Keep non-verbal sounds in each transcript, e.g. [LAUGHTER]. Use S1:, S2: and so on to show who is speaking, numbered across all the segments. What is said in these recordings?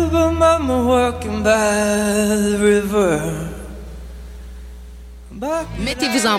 S1: I'm a working by the river. Back
S2: Mettez-vous en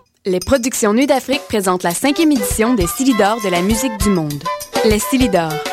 S3: Les productions Nuit d'Afrique présentent la cinquième édition des Silidors de la musique du monde. Les Silidors,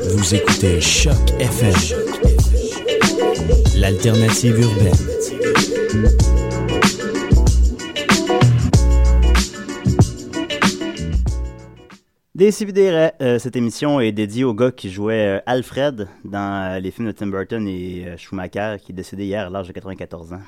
S4: Vous écoutez Choc FM, l'alternative urbaine.
S5: Décidérez, euh, cette émission est dédiée au gars qui jouait euh, Alfred dans euh, les films de Tim Burton et euh, Schumacher, qui est décédé hier à l'âge de 94 ans.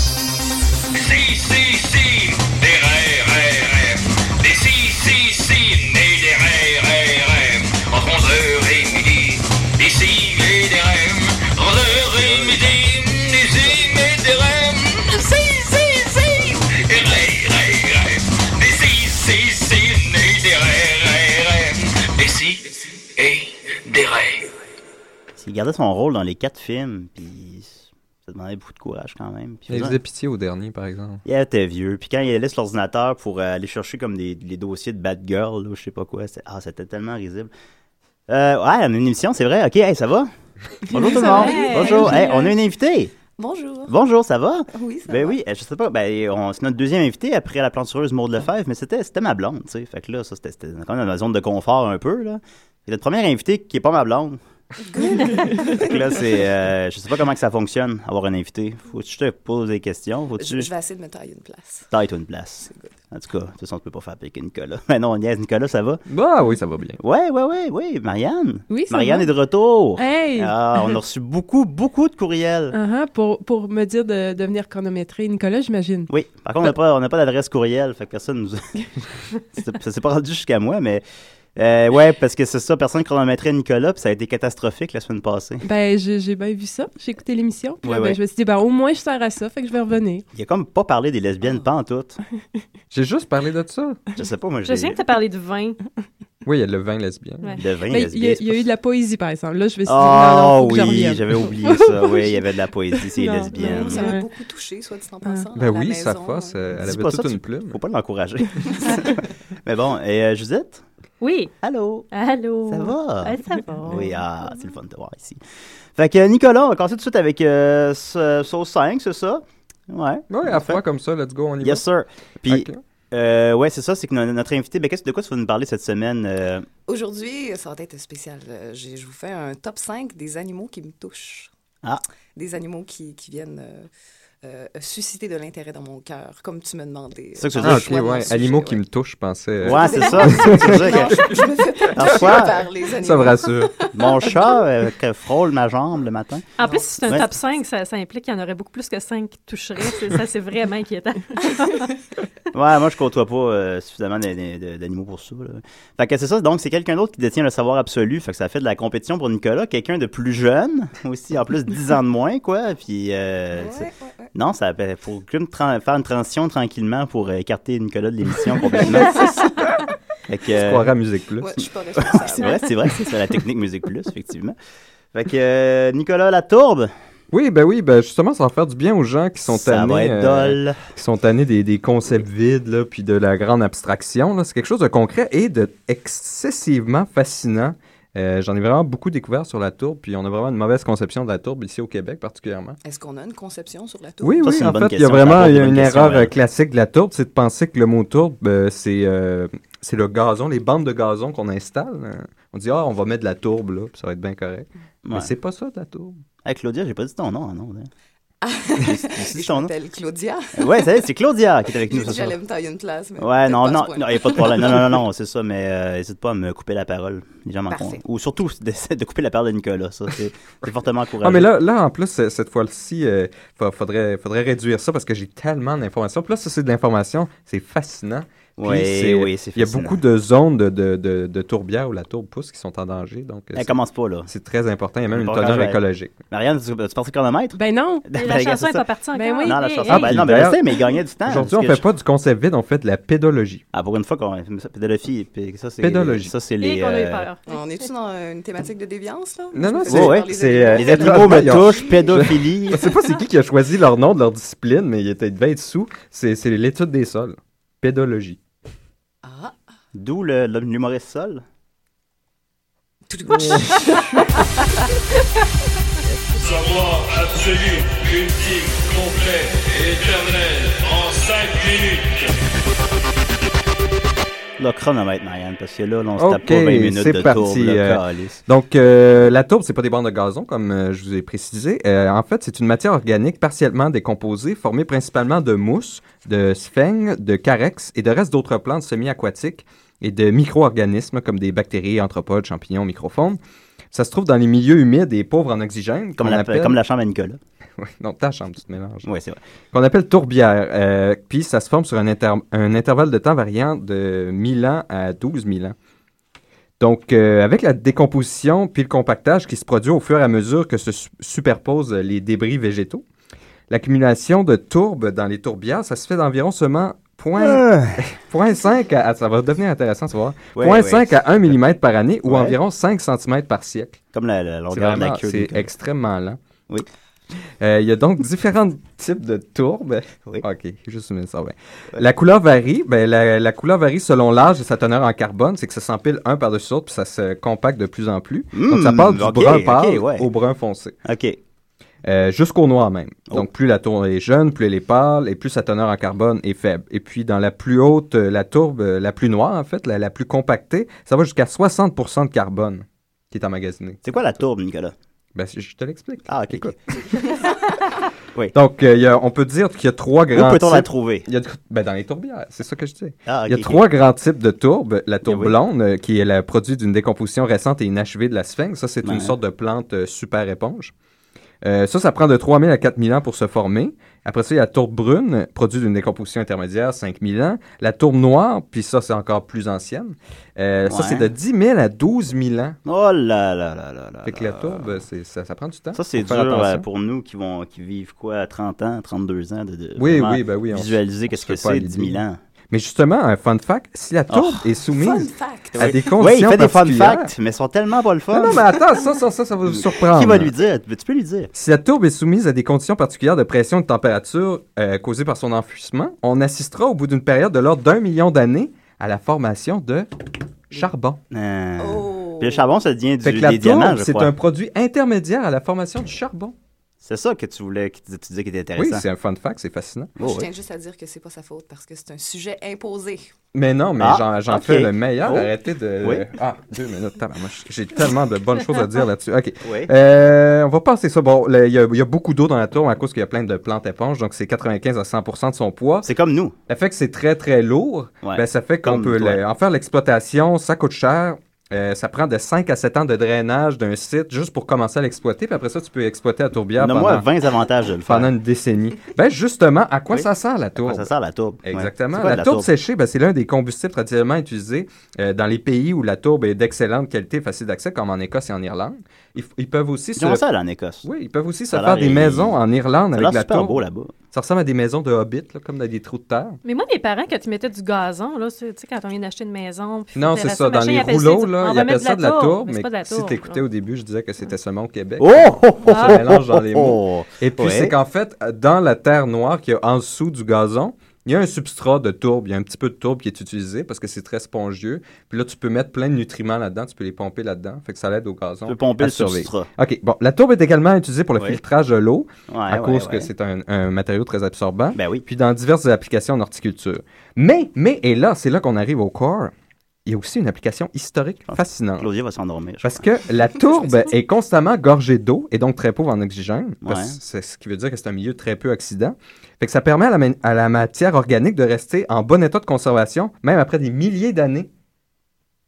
S6: Si, si, si, des RRRF. Des si, si, si, nés des RRRF. Entre 11h et midi, des si et des REM. Entre 11h et midi, des si et des REM. Si, si, si, des RRRF. Des si, si, si, nés des RRRF. Des si et des RRRF.
S5: Il gardait son rôle dans les quatre films, puis ça demandait beaucoup de courage quand même. Puis
S7: Il
S5: faisant-
S7: faisait pitié au dernier, par exemple.
S5: Il était vieux. Puis quand il allait sur l'ordinateur pour euh, aller chercher comme des les dossiers de Bad Girl, ou je sais pas quoi, c'est- ah, c'était tellement risible. Euh, ouais, on a une émission, c'est vrai. OK, hey, ça
S8: [LAUGHS]
S5: va? Bonjour tout le monde. Bonjour. Hey, on a une invitée.
S8: Bonjour.
S5: Bonjour, ça va?
S8: Oui, ça
S5: ben
S8: va.
S5: oui, euh, je sais pas, ben, on- c'est notre deuxième invité après la plantureuse Maud Lefebvre, mais c'était c'était ma blonde, tu sais. Fait que là, ça, c'était c'était quand même dans la zone de confort un peu, là. C'est notre première invitée qui est pas ma blonde. fait que là, c'est. euh, je sais pas comment que ça fonctionne, avoir un invité. Faut-tu que je te pose des questions?
S8: Je,
S5: Faut-tu.
S8: je vais essayer de me tailler une place.
S5: Taille une place. En tout cas, de toute façon, tu peux pas faire piquer Nicolas. [LAUGHS] Mais non, on niaise Nicolas, ça va?
S7: Bah oui, ça va bien.
S5: Ouais, ouais, ouais, oui, Marianne.
S9: Oui, ça
S5: Marianne
S9: va.
S5: est de retour.
S9: Hey!
S5: Ah, on a reçu beaucoup, beaucoup de
S9: [LAUGHS]
S5: courriels.
S9: Uh-huh, pour, pour me dire de devenir chronométré, Nicolas, j'imagine.
S5: Oui, par contre, on n'a pas, on n'a pas d'adresse courriel, fait que personne nous. C'est- [LAUGHS] ça s'est pas rendu jusqu'à moi, mais. euh, ouais, parce que c'est ça, personne chronométrait Nicolas, puis ça a été catastrophique la semaine passée.
S9: Ben, j'ai j'ai bien vu ça. J'ai écouté l'émission. puis là,
S5: Ouais,
S9: ben,
S5: ouais.
S9: Je me suis dit, ben, au moins, je sers à ça, fait que je vais revenir.
S5: Il a comme pas parlé des lesbiennes pas en tout.
S7: J'ai juste parlé de ça.
S5: Je sais pas, moi,
S10: Je sais
S5: j'ai.
S10: que t'as parlé de vin.
S7: Oui, il y a le vin lesbien.
S10: Ouais.
S5: De 20
S9: Ben, il y, a-
S5: lesbiennes.
S9: il y a eu de la poésie, par exemple. Là, je me suis dit, non,
S5: Oh
S9: non, faut que je
S5: oui,
S9: revienne.
S5: j'avais
S9: [LAUGHS]
S5: oublié ça. Oui, il y avait de la poésie, c'est
S9: Non,
S5: lesbienne.
S9: non,
S8: Ah, Ça m'a
S9: Ouais.
S8: beaucoup touché, soit dit en passant.
S7: Ben
S8: à la
S7: oui,
S8: maison,
S7: sa face,
S8: euh,
S7: euh, elle
S5: Dis
S7: avait
S5: pas
S7: toute
S5: ça,
S7: une
S5: tu-
S7: plume.
S5: Faut pas l'encourager. [LAUGHS] Mais bon, et euh, Judith?
S10: [LAUGHS] Oui.
S5: Allô?
S10: Allô.
S5: Ça va?
S10: Ouais, ça va.
S5: Oui, ah, c'est le fun de te voir ici. Fait que euh, Nicolas, on va commencer tout de suite avec euh, ce- Sauce 5, c'est ça? Ouais.
S7: Oui, à froid comme ça, let's go, on y
S5: Yes, sir. Puis,
S7: va. Ok.
S5: euh, ouais, c'est ça, c'est que no- notre invité, ben, qu'est-ce de quoi tu vas nous parler cette semaine? euh,
S8: Aujourd'hui, ça va être spécial. Euh, j'ai- Je vous fais un top 5 des animaux qui me touchent.
S5: Ah.
S8: Des animaux qui, qui viennent euh, euh, susciter de l'intérêt dans mon cœur, comme tu me demandais.
S5: C'est ça que je veux
S7: Ah,
S5: dire.
S7: ok, ouais. Animaux qui me touchent, je pensais. euh,
S5: Ouais,
S7: [LAUGHS]
S5: c'est ça. c'est ça que je veux dire que
S8: je, je me fais pas
S5: Ah,
S8: toucher
S5: quoi?
S8: par les animaux.
S7: Ça me rassure.
S8: [LAUGHS]
S5: mon chat euh, que frôle ma jambe le matin.
S10: En plus, si c'est un
S5: Ouais.
S10: top 5, ça, ça implique qu'il y en aurait beaucoup plus que 5 qui toucheraient. C'est- ça, c'est vraiment inquiétant.
S5: Ouais, moi, je côtoie pas euh, suffisamment d'a- d'a- d'animaux pour ça. là. Fait que c'est ça. Donc, c'est quelqu'un d'autre qui détient le savoir absolu. Fait que ça fait de la compétition pour Nicolas. Quelqu'un de plus jeune, [LAUGHS] aussi, en plus, 10 ans de moins, quoi. Puis, euh,
S8: Ouais,
S5: c'est-
S8: ouais, ouais.
S5: non, ça fait pour que me tra- faire une transition tranquillement pour euh, écarter Nicolas de l'émission
S8: [LAUGHS]
S5: complètement. fait que,
S7: Je
S5: euh,
S7: croirais à Musique Plus.
S8: Ouais, je suis pas
S5: c'est
S8: responsable.
S5: vrai, c'est vrai que c'est ça, la technique Musique Plus, effectivement. Fait que euh, Nicolas Latourbe,
S7: Oui, ben oui, ben justement, ça va faire du bien aux gens qui sont
S5: Ça
S7: tannés.
S5: va être
S7: euh,
S5: dol.
S7: qui sont tannés des, des concepts vides, là, puis de la grande abstraction. là. C'est quelque chose de concret et de excessivement fascinant. Euh, J'en ai vraiment beaucoup découvert sur la tourbe, puis on a vraiment une mauvaise conception de la tourbe ici au Québec particulièrement.
S8: Est-ce qu'on a une conception sur la tour?
S7: Oui, oui, en fait, il y a vraiment il y a une erreur euh, classique de la tourbe, c'est de penser que le mot tourbe, euh, c'est euh, c'est le gazon, les bandes de gazon qu'on installe. hein. On dit, ah, on va mettre de la tourbe, là, puis ça va être bien correct. Mais
S5: Ouais.
S7: c'est pas ça, de la tourbe.
S5: Ah, Claudia, j'ai pas dit ton nom, hein, non? hein.
S8: [LAUGHS]
S5: J'ai dit
S8: Je
S5: ton nom.
S8: m'appelle Claudia.
S5: Ouais, ça y est, [LAUGHS] c'est Claudia qui est avec nous
S8: J'ai
S5: ce
S8: dit,
S5: soir.
S8: J'allais me tailler une place. mais
S5: Ouais,
S8: peut-être
S5: non,
S8: pas à
S5: non,
S8: ce point-là.
S5: non, il n'y a pas de problème. Non, non, non,
S10: [LAUGHS]
S5: non, c'est ça, mais euh, n'hésite pas à me couper la parole. Les gens m'en
S8: Parfait.
S5: font- Ou surtout [LAUGHS] de, de couper la parole de Nicolas, ça. C'est c'est fortement encouragé.
S7: Ah, mais là, là en plus, c- cette fois-ci, euh, fa- faudrait, faudrait réduire ça parce que j'ai tellement d'informations. Puis là, ça, c'est de l'information. C'est fascinant. Puis
S5: Ouais,
S7: c'est-
S5: oui, c'est
S7: Il y a
S5: fascinant.
S7: beaucoup de zones de, de, de, de tourbières où la tourbe pousse qui sont en danger. Donc, euh,
S5: Elle
S7: c'est-
S5: Eh, commence pas, là.
S7: C'est très important. Il y a même
S5: Bon,
S7: une
S5: quand je
S7: teneur
S5: vais-
S7: écologique.
S5: Marianne, tu, tu parti chronomètre?
S9: Ben non.
S5: [LAUGHS]
S10: La
S5: [LAUGHS] Ben,
S10: chanson
S5: c'est
S10: n'est
S5: ça.
S10: pas partie encore.
S9: Ben oui.
S5: Non, la
S9: Hey,
S5: chanson,
S9: hey.
S5: ben non, mais je sais, mais il gagnait du temps.
S7: Aujourd'hui, on
S5: Ah, parce
S7: ne
S5: que
S7: fait
S5: je-
S7: pas du concept vide, on fait de la pédologie.
S5: Ah, pour une fois qu'on fait ça, pédologie, puis ça, c'est.
S7: Pédologie.
S5: Ça, c'est
S10: Et
S5: les.
S10: qu'on a eu
S5: euh,
S10: peur.
S8: On est-tu dans une thématique de déviance, là?
S7: Non, non,
S8: Parce que
S7: c'est-
S8: j'ai
S5: ouais,
S8: parlé de
S7: c'est,
S8: déviance.
S5: Les
S7: euh,
S5: animaux me
S7: Voyons.
S5: touchent, pédophilie. [LAUGHS]
S7: Je sais pas c'est qui qui a choisi leur nom de leur discipline, mais il était, il devait être sous. C'est c'est l'étude des sols. Pédologie.
S8: Ah,
S5: D'où le- le- l'humoriste sol.
S6: Savoir absolu, ultime, complet, éternel, en 5 minutes.
S5: Le chronomètre, Marianne, parce que là, là, on se tape
S7: Ok,
S5: pas 20 minutes
S7: c'est
S5: de
S7: parti,
S5: tour. là,
S7: euh,
S5: calice.
S7: Donc, euh, la tourbe, c'est pas des bandes de gazon, comme euh, je vous ai précisé. Euh, en fait, c'est une matière organique partiellement décomposée, formée principalement de mousse, de sphaigne, de carex et de reste d'autres plantes semi-aquatiques et de micro-organismes comme des bactéries, anthropodes, champignons, microfaunes. Ça se trouve dans les milieux humides et pauvres en oxygène,
S5: Comme
S7: qu'on
S5: la,
S7: appelle... [LAUGHS]
S5: comme la chambre à Nicolas.
S7: Oui, non, ta chambre, tu te mélanges.
S5: Oui, c'est vrai.
S7: Qu'on appelle tourbière. Euh, puis ça se forme sur un, inter- un intervalle de temps variant de 1000 ans à 12 000 ans. Donc, euh, avec la décomposition puis le compactage qui se produit au fur et à mesure que se su- superposent les débris végétaux, l'accumulation de tourbes dans les tourbières, ça se fait d'environ seulement point, [LAUGHS] point 5 à, à- Ça va devenir intéressant, tu vois.
S5: Ah! Ouais,
S7: point
S5: ouais,
S7: 5 à 1 mm par année ou
S5: Ouais.
S7: environ 5 cm par siècle.
S5: Comme la, la longueur
S7: C'est
S5: de la
S7: vraiment-
S5: queue. de
S7: C'est
S5: Nicolas.
S7: extrêmement lent.
S5: Oui.
S7: Euh, il y a donc différents [LAUGHS] types de tourbes.
S5: Oui.
S7: OK, juste une minute, ça va. La couleur varie. Ben, la, la couleur varie selon l'âge et sa teneur en carbone. C'est que ça s'empile un par-dessus l'autre puis ça se compacte de plus en plus. donc ça
S5: Hmm,
S7: passe du
S5: ok,
S7: brun
S5: ok,
S7: pâle
S5: ouais.
S7: au brun foncé.
S5: OK.
S7: Euh, jusqu'au noir même.
S5: Oh.
S7: Donc plus la tourbe est jeune, plus elle est pâle et plus sa teneur en carbone est faible. Et puis dans la plus haute, euh, la tourbe euh, la plus noire en fait, la, la plus compactée, ça va jusqu'à 60% de carbone qui est emmagasiné.
S5: C'est quoi la tourbe, Nicolas?
S7: Ben, je je te l'explique.
S5: Ah, ok,
S7: Écoute.
S5: Oui.
S7: Donc, euh, il y a- on peut dire qu'il y a trois
S5: Où
S7: grands
S5: peut-on la
S7: types.
S5: trouver?
S7: Il y a, ben, dans les tourbières, c'est ça que je dis.
S5: Ah,
S7: Il y a
S5: ok, ok.
S7: trois grands types de tourbes. La tourbe
S5: oui.
S7: blonde, euh, qui est le produit d'une décomposition récente et inachevée de la sphinx. Ça, c'est
S5: Ouais.
S7: une sorte de plante euh, super éponge. Euh, ça, ça prend de 3000 à 4000 ans pour se former. Après ça, il y a la tourbe brune, produit d'une décomposition intermédiaire, 5000 ans. La tourbe noire, puis ça, c'est encore plus ancienne. Euh, Ça,
S5: Ouais.
S7: c'est de 10 000 à 12 000 ans.
S5: Oh là là là là là.
S7: Fait que la
S5: là.
S7: tourbe, c'est- ça, ça prend du temps.
S5: Euh. Ça, c'est
S7: Faut
S5: dur
S7: faire
S5: euh,
S7: attention.
S5: pour nous qui, vont, qui vivent quoi, 30 ans, 32 ans, de, de
S7: Oui,
S5: vraiment
S7: oui, ben oui. on-
S5: visualiser qu'est-ce
S7: se
S5: que
S7: fait pas
S5: c'est
S7: l'idée.
S5: 10 000 ans.
S7: Mais justement, un fun fact, si la tourbe est
S8: Oh, fun
S7: soumise
S8: fact.
S7: à des
S5: Oui, il
S7: conditions
S5: fait des fun
S7: particulières...
S5: facts, mais ils sont tellement pas le fun. Hmm.
S7: Non, non, mais attends, ça, ça, ça, ça va vous surprendre.
S5: Qui va lui dire? Tu tu peux lui dire.
S7: Si la tourbe est soumise à des conditions particulières de pression et de température euh, causées par son enfouissement, on assistera au bout d'une période de l'ordre d'un million d'années à la formation de charbon.
S5: Euh,
S8: Oh.
S5: Puis le charbon, ça devient du,
S7: Fait que la
S5: des diamants,
S7: tourbe,
S5: je
S7: c'est
S5: crois.
S7: un produit intermédiaire à la formation du charbon.
S5: C'est ça que tu voulais, que tu, tu disais qui était
S7: Oui,
S5: intéressant.
S7: c'est un fun fact, c'est fascinant.
S5: Oh,
S8: Je
S5: oui.
S8: tiens juste à dire que c'est pas sa faute parce que c'est un sujet imposé.
S7: Mais non, mais
S5: Ah,
S7: j'en- j'en
S5: ok.
S7: fais le meilleur.
S5: Oh.
S7: Arrêtez de.
S5: Oui.
S7: Ah, deux minutes. tabarnouche. J'ai tellement de bonnes choses à dire là-dessus. OK.
S5: Oui.
S7: Euh, on va passer ça. Bon, là, il y, a- il y a beaucoup d'eau dans la tourbe à cause qu'il y a plein de plantes éponges, donc c'est 95 à 100 de son poids.
S5: C'est comme nous.
S7: Ça fait que c'est très, très lourd.
S5: Ouais.
S7: Ben, ça fait qu'on
S5: Comme
S7: peut
S5: toi.
S7: le- en faire l'exploitation, ça coûte cher. Euh, ça prend de 5 à 7 ans de drainage d'un site juste pour commencer à l'exploiter. Puis après ça, tu peux exploiter la tourbière pendant,
S5: Donne-moi 20 avantages de le faire.
S7: pendant une décennie. Ben justement, à quoi
S5: Oui.
S7: ça sert la tourbe?
S5: Ouais, ça sert la tourbe. Ouais.
S7: Exactement.
S5: C'est quoi de
S7: La, tourbe séchée, ben, c'est l'un des combustibles traditionnellement utilisés euh, dans les pays où la tourbe est d'excellente qualité, facile d'accès, comme en Écosse et en Irlande. Ils, f- ils peuvent aussi
S5: Ils
S7: se,
S5: ont ça là, en Écosse.
S7: oui, ils peuvent aussi se
S5: Ça a
S7: faire
S5: l'air-
S7: des maisons en Irlande avec
S5: Ça a l'air
S7: la
S5: super
S7: tourbe.
S5: beau là-bas.
S7: Ça ressemble à des maisons de hobbit, là, comme dans des trous de terre.
S10: Mais moi, mes parents, quand ils mettaient du gazon, là, c'est- tu sais, quand on vient d'acheter une maison. puis
S7: Non,
S10: faut
S7: c'est
S10: terrasser,
S7: ça. Dans
S10: machin,
S7: les
S10: ils appellent
S7: rouleaux,
S10: du-
S7: là,
S10: on
S7: ils
S10: va mettre
S7: appellent
S10: de
S7: ça de la tourbe,
S10: mais
S7: mais
S10: c'est pas de la
S7: si
S10: tourbe.
S7: t'écoutais au début, je disais que c'était seulement au Québec.
S5: Oh!
S7: Ça se
S5: [LAUGHS]
S10: Ah!
S7: mélange dans les mots. Et puis,
S5: Ouais.
S7: c'est qu'en fait, dans la terre noire qui est en dessous du gazon, il y a un substrat de tourbe, il y a un petit peu de tourbe qui est utilisé parce que c'est très spongieux. Puis là, tu peux mettre plein de nutriments là-dedans, tu peux les pomper là-dedans, fait que ça l'aide au gazon.
S5: Tu peux pomper
S7: à
S5: le
S7: survivre.
S5: substrat.
S7: OK, bon, la tourbe est également utilisée pour le
S5: Oui.
S7: filtrage de l'eau à
S5: ouais,
S7: cause que
S5: ouais.
S7: c'est un, un matériau très absorbant.
S5: Ben oui.
S7: Puis dans diverses applications en horticulture. Mais, mais, et là, c'est là qu'on arrive au corps. Il y a aussi une application historique
S5: Ah,
S7: fascinante.
S5: Claudia va s'endormir. je
S7: Parce que
S5: [LAUGHS]
S7: la tourbe est constamment gorgée d'eau et donc très pauvre en oxygène. parce
S5: Ouais.
S7: que C'est ce qui veut dire que c'est un milieu très peu accident. Fait que ça permet à la, ma- à la matière organique de rester en bon état de conservation, même après des milliers d'années.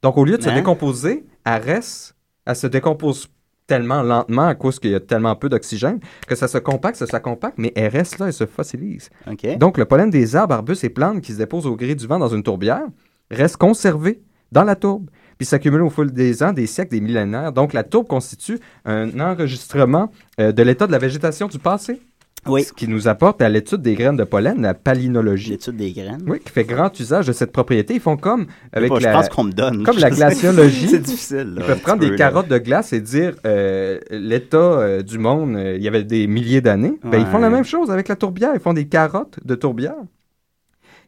S7: Donc au lieu de se
S5: Hein?
S7: décomposer, elle reste, elle se décompose tellement lentement à cause qu'il y a tellement peu d'oxygène que ça se compacte, ça se compacte, mais elle reste là, elle se fossilise.
S5: pense. OK.
S7: Donc, le pollen des arbres, arbustes et plantes qui se déposent au gré du vent dans une tourbière reste conservé dans la tourbe, puis s'accumule au fil des ans, des siècles, des millénaires. Donc, la tourbe constitue un enregistrement euh, de l'état de la végétation du passé,
S5: oui.
S7: ce qui nous apporte à l'étude des graines de pollen, la palynologie.
S5: L'étude des graines.
S7: Oui, qui fait grand usage de cette propriété. Ils font comme avec
S5: Je sais pas,
S7: la...
S5: Je pense qu'on me donne.
S7: comme la
S5: Je sais-
S7: glaciologie.
S5: [LAUGHS] c'est difficile. là,
S7: Ils
S5: un
S7: peuvent prendre
S5: petit
S7: des
S5: peu, là.
S7: carottes de glace et dire euh, l'état euh, du monde, euh, il y avait des milliers d'années. Ben, ils font la
S5: Ouais.
S7: même chose avec la tourbière. Ils font des carottes de tourbière.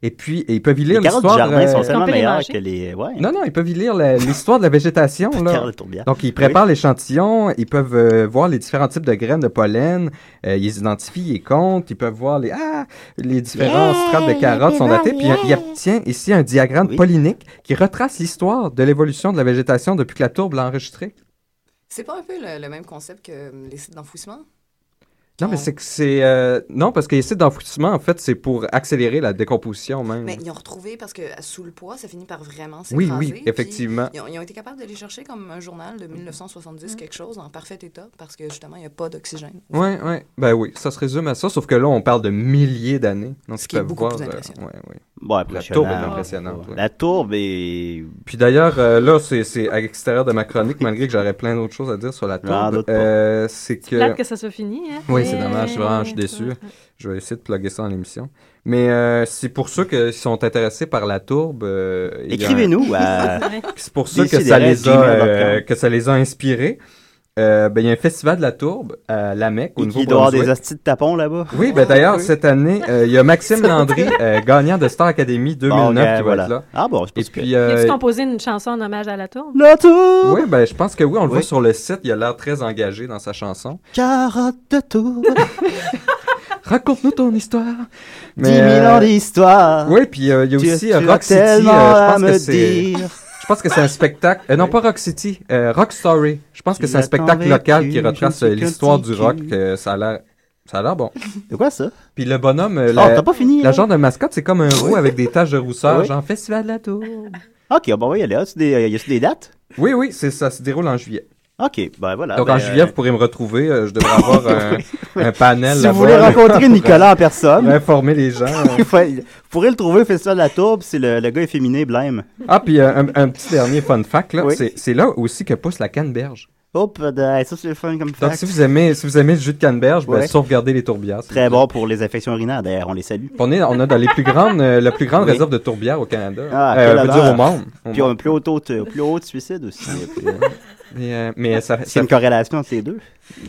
S7: Et puis, et ils peuvent y
S5: Les
S7: lire
S5: carottes du
S7: l'histoire.
S5: jardin
S7: euh,
S5: sont
S10: Est-ce qu'on
S5: tellement
S10: peut les
S5: meilleures
S10: manger?
S5: que les. Ouais.
S7: Non, non, ils peuvent y lire la- l'histoire de la végétation.
S5: Les
S7: là.
S5: carottes de tourbière.
S7: Donc, ils préparent l'échantillon, ils peuvent euh, voir les différents types de graines de pollen, euh, ils les identifient, ils les comptent, ils peuvent voir les, ah, les différentes strates de carottes sont datées, puis il obtient ici un diagramme
S5: Oui.
S7: pollinique qui retrace l'histoire de l'évolution de la végétation depuis que la tourbe l'a enregistrée.
S8: C'est pas un peu le, le même concept que euh, les sites d'enfouissement?
S7: Non, mais c'est que c'est. euh, non, parce que les sites d'enfouissement, en fait, c'est pour accélérer la décomposition même.
S8: Mais Ben, ils ont retrouvé parce que euh, sous le poids, ça finit par vraiment
S7: oui,
S8: s'écraser.
S7: oui,
S8: puis
S7: effectivement.
S8: Ils ont, ils ont été capables de les chercher comme un journal de 1970, quelque chose, en parfait état, parce que justement, il n'y a pas d'oxygène.
S7: Oui, oui. Ben oui, ça se résume à ça, sauf que là, on parle de milliers d'années. Donc,
S8: Ce
S7: ils
S8: qui est
S7: peuvent
S8: beaucoup
S7: voir,
S8: plus
S7: euh,
S8: impressionnant.
S7: ouais, ouais.
S5: Bon,
S7: La tourbe est
S5: impressionnant.
S7: impressionnante. ouais.
S5: euh, La tourbe est.
S7: Puis d'ailleurs, euh, là, c'est c'est à l'extérieur de ma chronique, malgré que j'aurais plein d'autres choses à dire sur la
S5: J'en
S7: tourbe.
S5: doute pas.
S7: Euh, c'est que.
S10: Plate que ça soit fini. Hein?
S7: Oui, c'est
S10: Eh,
S7: dommage, je suis vraiment- je suis déçu. Je vais essayer de plugger ça en émission. Mais euh, c'est pour ceux qui sont intéressés par la tourbe. euh, il y a un-
S5: Écrivez-nous à.
S10: Ouais.
S7: C'est pour ça que
S5: Décidérez,
S7: ça, les a,
S5: gmail.com.
S7: euh, que ça les a inspirés. Euh, ben, il y a un festival de la tourbe à La Mecque, [LAUGHS] au
S5: Il doit y avoir
S7: Nouveau-Brunswick.
S5: des astis de tapons là-bas.
S7: Oui, ben d'ailleurs, cette année, euh, il y a
S5: [LAUGHS]
S7: Maxime Landry, euh, gagnant de Star Academy 2009,
S5: Bon,
S7: qui
S5: ben,
S7: va
S5: voilà.
S7: être là.
S5: Ah bon, c'est pas
S7: Et
S5: si pire.
S7: puis,
S10: Il a
S7: euh,
S10: tu composé une chanson en hommage à la tourbe?
S5: La tourbe!
S7: oui, ben je pense que oui, on le
S5: Oui.
S7: voit sur le site, il a l'air très engagé dans sa
S5: [LAUGHS]
S7: chanson.
S5: Carotte de
S7: [LAUGHS]
S5: tourbe!
S7: Raconte-nous ton histoire.
S5: 10 000 ans
S7: euh,
S5: d'histoire!
S7: Oui, puis euh, il y a
S5: Tu-
S7: aussi
S5: tu
S7: euh,
S5: as
S7: Rock City. euh,
S5: tellement
S7: je,
S5: à
S7: pense que
S5: me
S7: c'est,
S5: dire.
S7: je pense que c'est un spectacle. euh, non, pas Rock City, euh, Rock Story. Je pense
S5: Tu
S7: que c'est un
S5: l'as
S7: spectacle local
S5: convaincu,
S7: qui
S5: je
S7: retrace
S5: suis
S7: euh, l'histoire du rock.
S5: convaincu.
S7: euh, ça a l'air, ça a l'air bon.
S5: C'est quoi ça?
S7: Puis le bonhomme, euh,
S5: Ah,
S7: la,
S5: t'as pas fini?
S7: la
S5: là?
S7: genre de mascotte, c'est comme un roux avec des taches de rousseur,
S5: Oui.
S7: genre Festival de la Tourbe.
S5: Ok, bon, oui, il y a des, euh, y a-tu des dates?
S7: Oui, oui, c'est, ça se déroule en juillet.
S5: Ok, ben voilà.
S7: Donc
S5: ben,
S7: en juillet,
S5: euh,
S7: vous pourrez me retrouver. euh, je devrais
S5: [LAUGHS]
S7: avoir un, un panel
S5: si
S7: là-bas,
S5: vous voulez
S7: là,
S5: rencontrer Nicolas en
S7: pour
S5: personne,
S7: informer les gens. euh.
S5: il faut- [LAUGHS] vous pourrez le trouver au Festival de la Tourbe, c'est le, le gars efféminé, blême.
S7: Ah, puis euh, un, un petit dernier fun fact, là,
S5: Oui.
S7: c'est, c'est là aussi que pousse la canneberge.
S5: Hop, de- ça c'est le fun comme
S7: Donc,
S5: fact.
S7: si vous aimez, si vous aimez le jus de canneberge, ben,
S5: Ouais.
S7: sauvegardez les tourbières. s'il
S5: Très
S7: vous plaît.
S5: bon pour les affections urinaires, d'ailleurs, on les salue.
S7: On, est, on a dans les plus grandes, euh, la plus grande
S5: Oui.
S7: réserve de tourbières au Canada.
S5: Ah,
S7: Euh,
S5: quel
S7: je veux
S5: honneur.
S7: dire au monde. Au
S5: Puis on
S7: monde.
S5: a un plus haut taux de, plus haut de suicide
S7: [LAUGHS]
S5: aussi. Puis, euh,
S7: Mais, euh, mais ça,
S5: C'est
S7: ça-
S5: une corrélation entre les deux.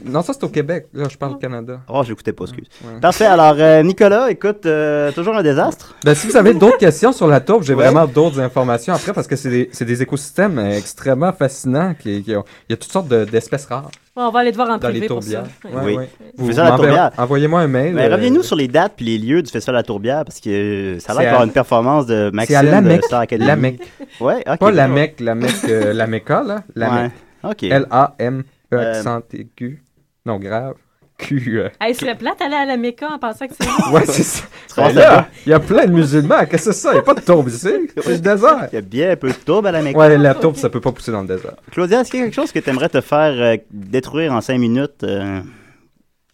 S7: non, ça c'est au Québec. Là, je parle Canada.
S5: Oh, je l'écoutais pas, excuse.
S7: Ouais.
S5: Parfait, alors euh, Nicolas, écoute, euh, toujours un désastre.
S7: Ben, si vous avez d'autres questions sur la tourbe, j'ai
S5: Ouais.
S7: vraiment d'autres informations après parce que c'est des, c'est des écosystèmes euh, extrêmement fascinants. Qui, qui ont- il y a toutes sortes de- d'espèces rares
S10: Bon, on va aller te voir en
S7: dans les
S10: privé pour ça.
S7: tourbières.
S10: Ouais.
S7: Ouais,
S5: Oui.
S7: ouais.
S5: Fais ça à la
S7: m'enverrez-
S5: tourbière.
S7: Envoyez-moi un mail.
S5: Mais
S7: euh,
S5: revenez-nous sur les dates puis les lieux du Festival de la Tourbière parce que euh, ça a
S7: C'est
S5: l'air d'y avoir
S7: à-
S5: une performance de Maxime
S7: C'est à la
S5: de
S7: Mecque.
S5: Star Academy.
S7: La Mecque.
S5: Ouais, ok.
S7: Pas la Mecque, la Mecque, euh, la Mecca, là. La
S5: Ouais.
S7: Mecque.
S5: Ok.
S7: L-A-M-E
S5: Euh,
S7: accent aigu. Non, grave. Q. euh.
S10: Hey, serait plate aller à la Mecca en pensant que c'est.
S7: [LAUGHS] Ouais, c'est ça.
S5: Tu
S7: Ben
S5: ramasses la-
S7: là, il y a plein de musulmans. Qu'est-ce que c'est ça? Il n'y a pas de tourbe ici. C'est le désert.
S5: Il y a bien un peu de tourbe à la Mecque.
S7: Ouais, la tourbe, ça peut pas pousser dans le désert.
S5: Claudia, est-ce qu'il y a quelque chose que tu aimerais te faire euh, détruire en cinq minutes? euh,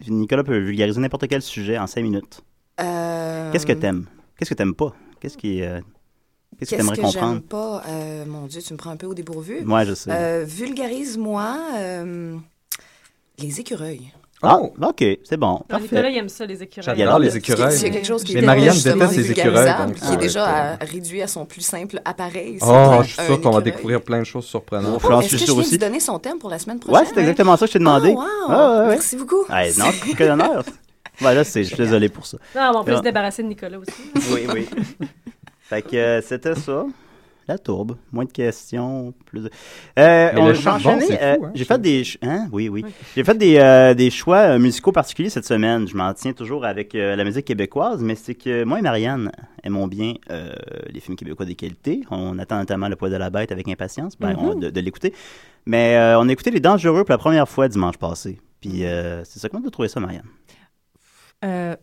S5: Nicolas peut vulgariser n'importe quel sujet en cinq minutes. Qu'est-ce que t'aimes? Qu'est-ce que t'aimes pas? Qu'est-ce qui. euh, Qu'est-ce que
S8: Qu'est-ce
S5: t'aimerais
S8: que j'aime
S5: comprendre?
S8: pas? Euh, mon Dieu, tu me prends un peu au dépourvu.
S1: Euh,
S5: Moi, je sais.
S8: Euh, Vulgarise-moi euh, les écureuils.
S5: Ah,
S7: Oh!
S5: OK, c'est bon. Parfait.
S10: Nicolas, il aime ça, les écureuils.
S5: J'adore les
S8: écureuils. Il y a quelque chose qui
S5: Mais
S8: est
S5: Marianne
S8: justement
S5: déteste les
S8: vulgarisable,
S7: écureuils, donc,
S8: qui
S5: Ah
S7: ouais,
S8: est déjà à- réduit à son plus simple appareil. c'est
S7: Oh,
S8: un
S7: je suis sûr qu'on va
S8: écureuil.
S7: découvrir plein de choses surprenantes.
S5: Oh, j'en
S8: Est-ce
S5: suis
S8: que je
S5: sûr
S8: viens de
S5: aussi.
S8: lui donner son thème pour la semaine prochaine?
S5: Ouais, c'est exactement ça que je t'ai demandé.
S8: wow!
S5: Ah, ouais, ouais.
S8: Merci beaucoup.
S5: Ouais, non, que
S8: [LAUGHS]
S5: d'honneur. Voilà, c'est- je suis désolé pour ça.
S10: Non, mais on peut
S5: Ah.
S10: se débarrasser de Nicolas aussi.
S5: Oui, [LAUGHS] oui. fait que euh, c'était ça. La tourbe. Moins de questions. Plus de... Euh,
S7: Mais
S5: on
S7: le
S5: j'ai
S7: charbon,
S5: enchaîné,
S7: c'est fou,
S5: euh,
S7: hein,
S5: J'ai fait des. ch- Hein? Oui, oui. J'ai fait des, euh, des choix euh, musicaux particuliers cette semaine. Je m'en tiens toujours avec euh, la musique québécoise, mais c'est que moi et Marianne aimons bien euh, les films québécois des qualités. On attend notamment Le poids de la bête avec impatience
S7: Mm-hmm.
S5: ben, on- de, de l'écouter. Mais euh, on a écouté Les Dangereux pour la première fois dimanche passé. Puis euh, c'est ça. Comment tu as trouvé ça, Marianne?
S9: Euh,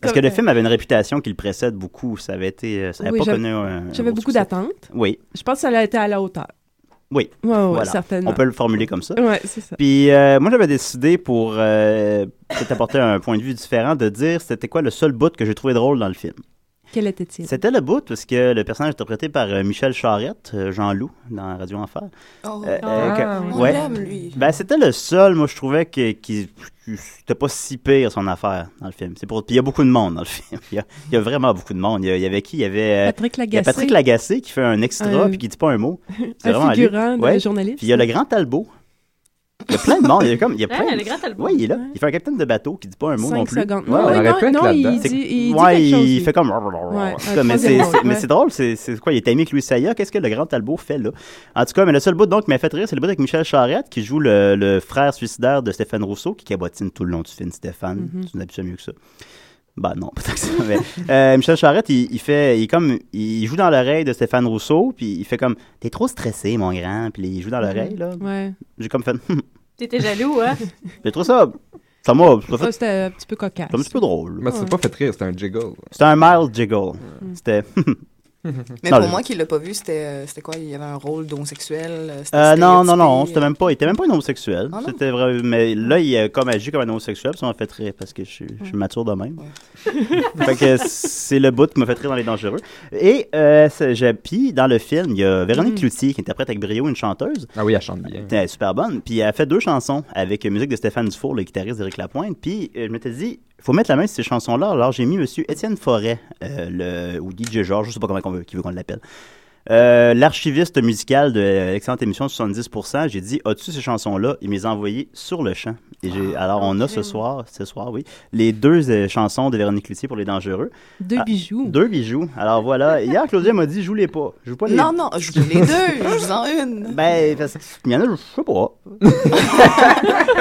S5: Parce que le film avait une réputation qui le précède beaucoup. Ça avait été, euh, ça n'avait
S9: Oui,
S5: pas
S9: j'avais-
S5: connu un. un
S9: [LAUGHS] J'avais
S5: gros
S9: beaucoup
S5: succès.
S9: d'attentes.
S5: Oui,
S9: Je pense que ça a été à la hauteur.
S5: oui.
S9: Ouais, ouais,
S5: Voilà.
S9: certainement.
S5: On peut le formuler comme ça.
S9: Ouais, c'est ça.
S5: Puis euh, moi, j'avais décidé pour euh, peut-être apporter un point de vue différent de dire c'était quoi le seul bout que j'ai trouvé drôle dans le film.
S9: Quel était-il?
S5: C'était le bout parce que le personnage interprété par euh, Michel Charette, euh, Jean-Loup, dans Radio Enfer.
S8: Oh,
S5: Euh, euh,
S7: Ah,
S5: que-
S8: on
S5: ouais.
S8: l'aime, lui.
S5: Ben, c'était le seul, moi, je trouvais, que- qui n'était pas si pire son affaire dans le film. C'est pour... Puis il y a beaucoup de monde dans le film. [LAUGHS] Il y a, il y a vraiment beaucoup de monde. Il y, a- il y avait qui Il y avait. euh,
S9: Patrick
S5: il y a
S9: Lagacé.
S5: Patrick Lagacé qui fait un extra
S9: Un-
S5: puis qui dit pas un mot. C'est vraiment
S9: un
S5: lui.
S9: figurant de
S5: Ouais.
S9: journaliste.
S5: Puis il y a le grand Talbot. Il y a plein de monde. Il y a comme. Il y a plein
S10: Hein,
S5: de-
S10: le grand album.
S5: Oui, il est là. Il fait un capitaine de bateau qui dit pas un mot non
S9: Cinq
S5: plus.
S9: secondes.
S5: Ouais,
S9: non,
S5: ouais.
S7: aurait pu
S9: non,
S7: être
S9: non, il
S7: là-dedans.
S9: dit, il dit
S5: Ouais,
S9: quelque chose.
S5: il
S9: lui.
S5: fait [LAUGHS] comme.
S9: un
S5: C'est comme- mais
S9: troisième
S5: c'est-
S9: rôle,
S5: c'est- mais
S9: ouais.
S5: c'est drôle, c'est c'est quoi Il est ami avec Louis Saya. Qu'est-ce que le grand Talbot fait là En tout cas, mais le seul bout donc qui m'a fait rire, c'est le bout avec Michel Charette qui joue le, le frère suicidaire de Stéphane Rousseau qui cabotine tout le long du film. Stéphane,
S9: Mm-hmm.
S5: tu n'as plus mieux que ça. Bah non, [LAUGHS] pas tant que ça. mais, euh, Michel Charette, il, il fait, il est comme, il joue dans l'oreille de Stéphane Rousseau, puis il fait comme, t'es trop stressé, mon grand, puis il joue
S9: Mm-hmm.
S5: dans l'oreille là.
S9: Ouais.
S5: J'ai comme fait, [LAUGHS] Hum,
S10: T'étais jaloux, hein?
S5: j'ai trouvé ça, ça m'a, ça m'a
S9: Ça,
S5: fait-
S9: Oh, c'était un petit peu cocasse.
S5: ça m'a un petit peu drôle. là.
S7: Mais c'est pas fait rire, c'est un jiggle.
S5: C'était un mild jiggle. C'était
S8: Mais
S5: Non,
S8: pour
S5: le-
S8: moi qui ne l'a pas vu, c'était euh, c'était quoi? Il y avait un rôle d'homosexuel? euh, c'était
S5: Euh, non, non,
S8: stéréotypé,
S5: non, c'était
S8: euh,
S5: même pas, il était même pas un homosexuel.
S8: Ah non?
S5: c'était vrai, mais là, il a comme agi comme un homosexuel, puis ça m'a fait rire parce que je, suis- je suis mature de même. [LAUGHS] fait que c'est le bout qui m'a fait rire dans Les Dangereux. Et euh, c'est- j'ai- puis, dans le film, il y a Véronique
S8: Mm.
S5: Cloutier qui interprète avec brio une chanteuse.
S7: Ah oui, elle chante bien.
S5: Elle est super bonne. Puis elle a fait deux chansons avec euh, musique de Stéphane Dufour, le guitariste d'Éric Lapointe. Puis euh, je m'étais dit, faut mettre la main sur ces chansons-là. Alors j'ai mis Monsieur Étienne Forêt, euh, le, ou DJ Georges, je sais pas comment on veut, qui veut qu'on l'appelle. Euh, L'archiviste musical de l'excellente émission 70%, j'ai dit, as-tu ces chansons-là? Il m'est envoyé sur le champ. Et j'ai- alors on a ce soir, ce soir, oui, les deux euh, chansons de Véronique Cloutier pour Les Dangereux.
S9: Deux
S5: Ah,
S9: bijoux.
S5: Deux bijoux. Alors voilà, hier Claudia m'a dit, joue les pas. Joue pas les
S8: Non, non, je joue les deux, je vous en une.
S5: [LAUGHS] ben, parce qu'il y en a, je sais
S8: [LAUGHS]
S5: pas.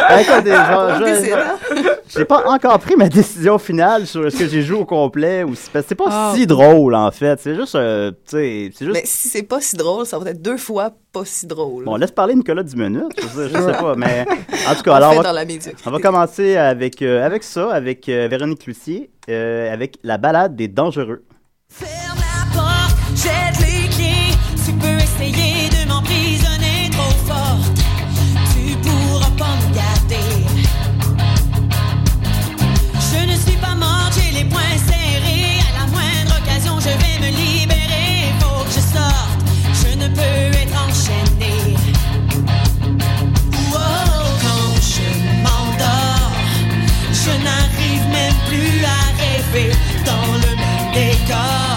S5: Ben, écoute, genre,
S8: On décide,
S5: je-
S8: hein?
S5: j'ai pas encore pris ma décision finale sur est-ce que j'ai joué au complet ou si. Parce que c'est pas
S9: Ah.
S5: si drôle, en fait. C'est juste. euh, tu sais, c'est juste.
S8: Mais si c'est pas si drôle, ça va être deux fois pas si drôle.
S5: Bon, laisse parler Nicolas 10 minutes. Je sais, je sais pas,
S8: [LAUGHS]
S5: mais. En tout
S8: On
S5: cas, alors.
S8: fait
S5: on va-
S8: dans la médiocrité.
S5: On va commencer avec, euh, avec ça, avec euh, Véronique Lucier, avec la balade des dangereux.
S1: Ferme la porte, jette les clés. Tu peux essayer de m'emprisonner trop fort. Tu pourras pas me garder. Je ne suis pas morte, j'ai les poings serrés. À la moindre occasion, je vais me libérer. Faut que je sorte, je ne peux être enchaînée. Wow, quand je m'endors, je n'arrive même plus à rêver dans le même décor.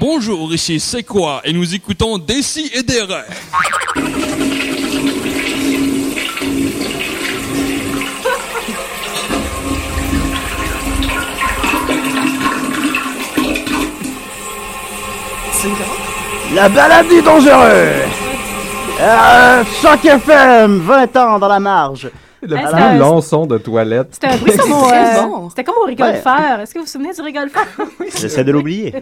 S11: Bonjour, ici C'est quoi? Et nous écoutons Dessy et des
S5: La balade est dangereuse! Euh, Choc FM, 20 ans dans la marge.
S7: Le
S10: Est-ce
S7: plus
S10: que-
S7: long son de toilette.
S10: C'était un bruit comme au,
S5: très
S10: euh,
S5: bon.
S10: C'était comme au rigole-faire.
S5: Ouais.
S10: Est-ce que vous vous souvenez du
S5: [LAUGHS]
S10: rigole-faire?
S5: J'essaie de l'oublier.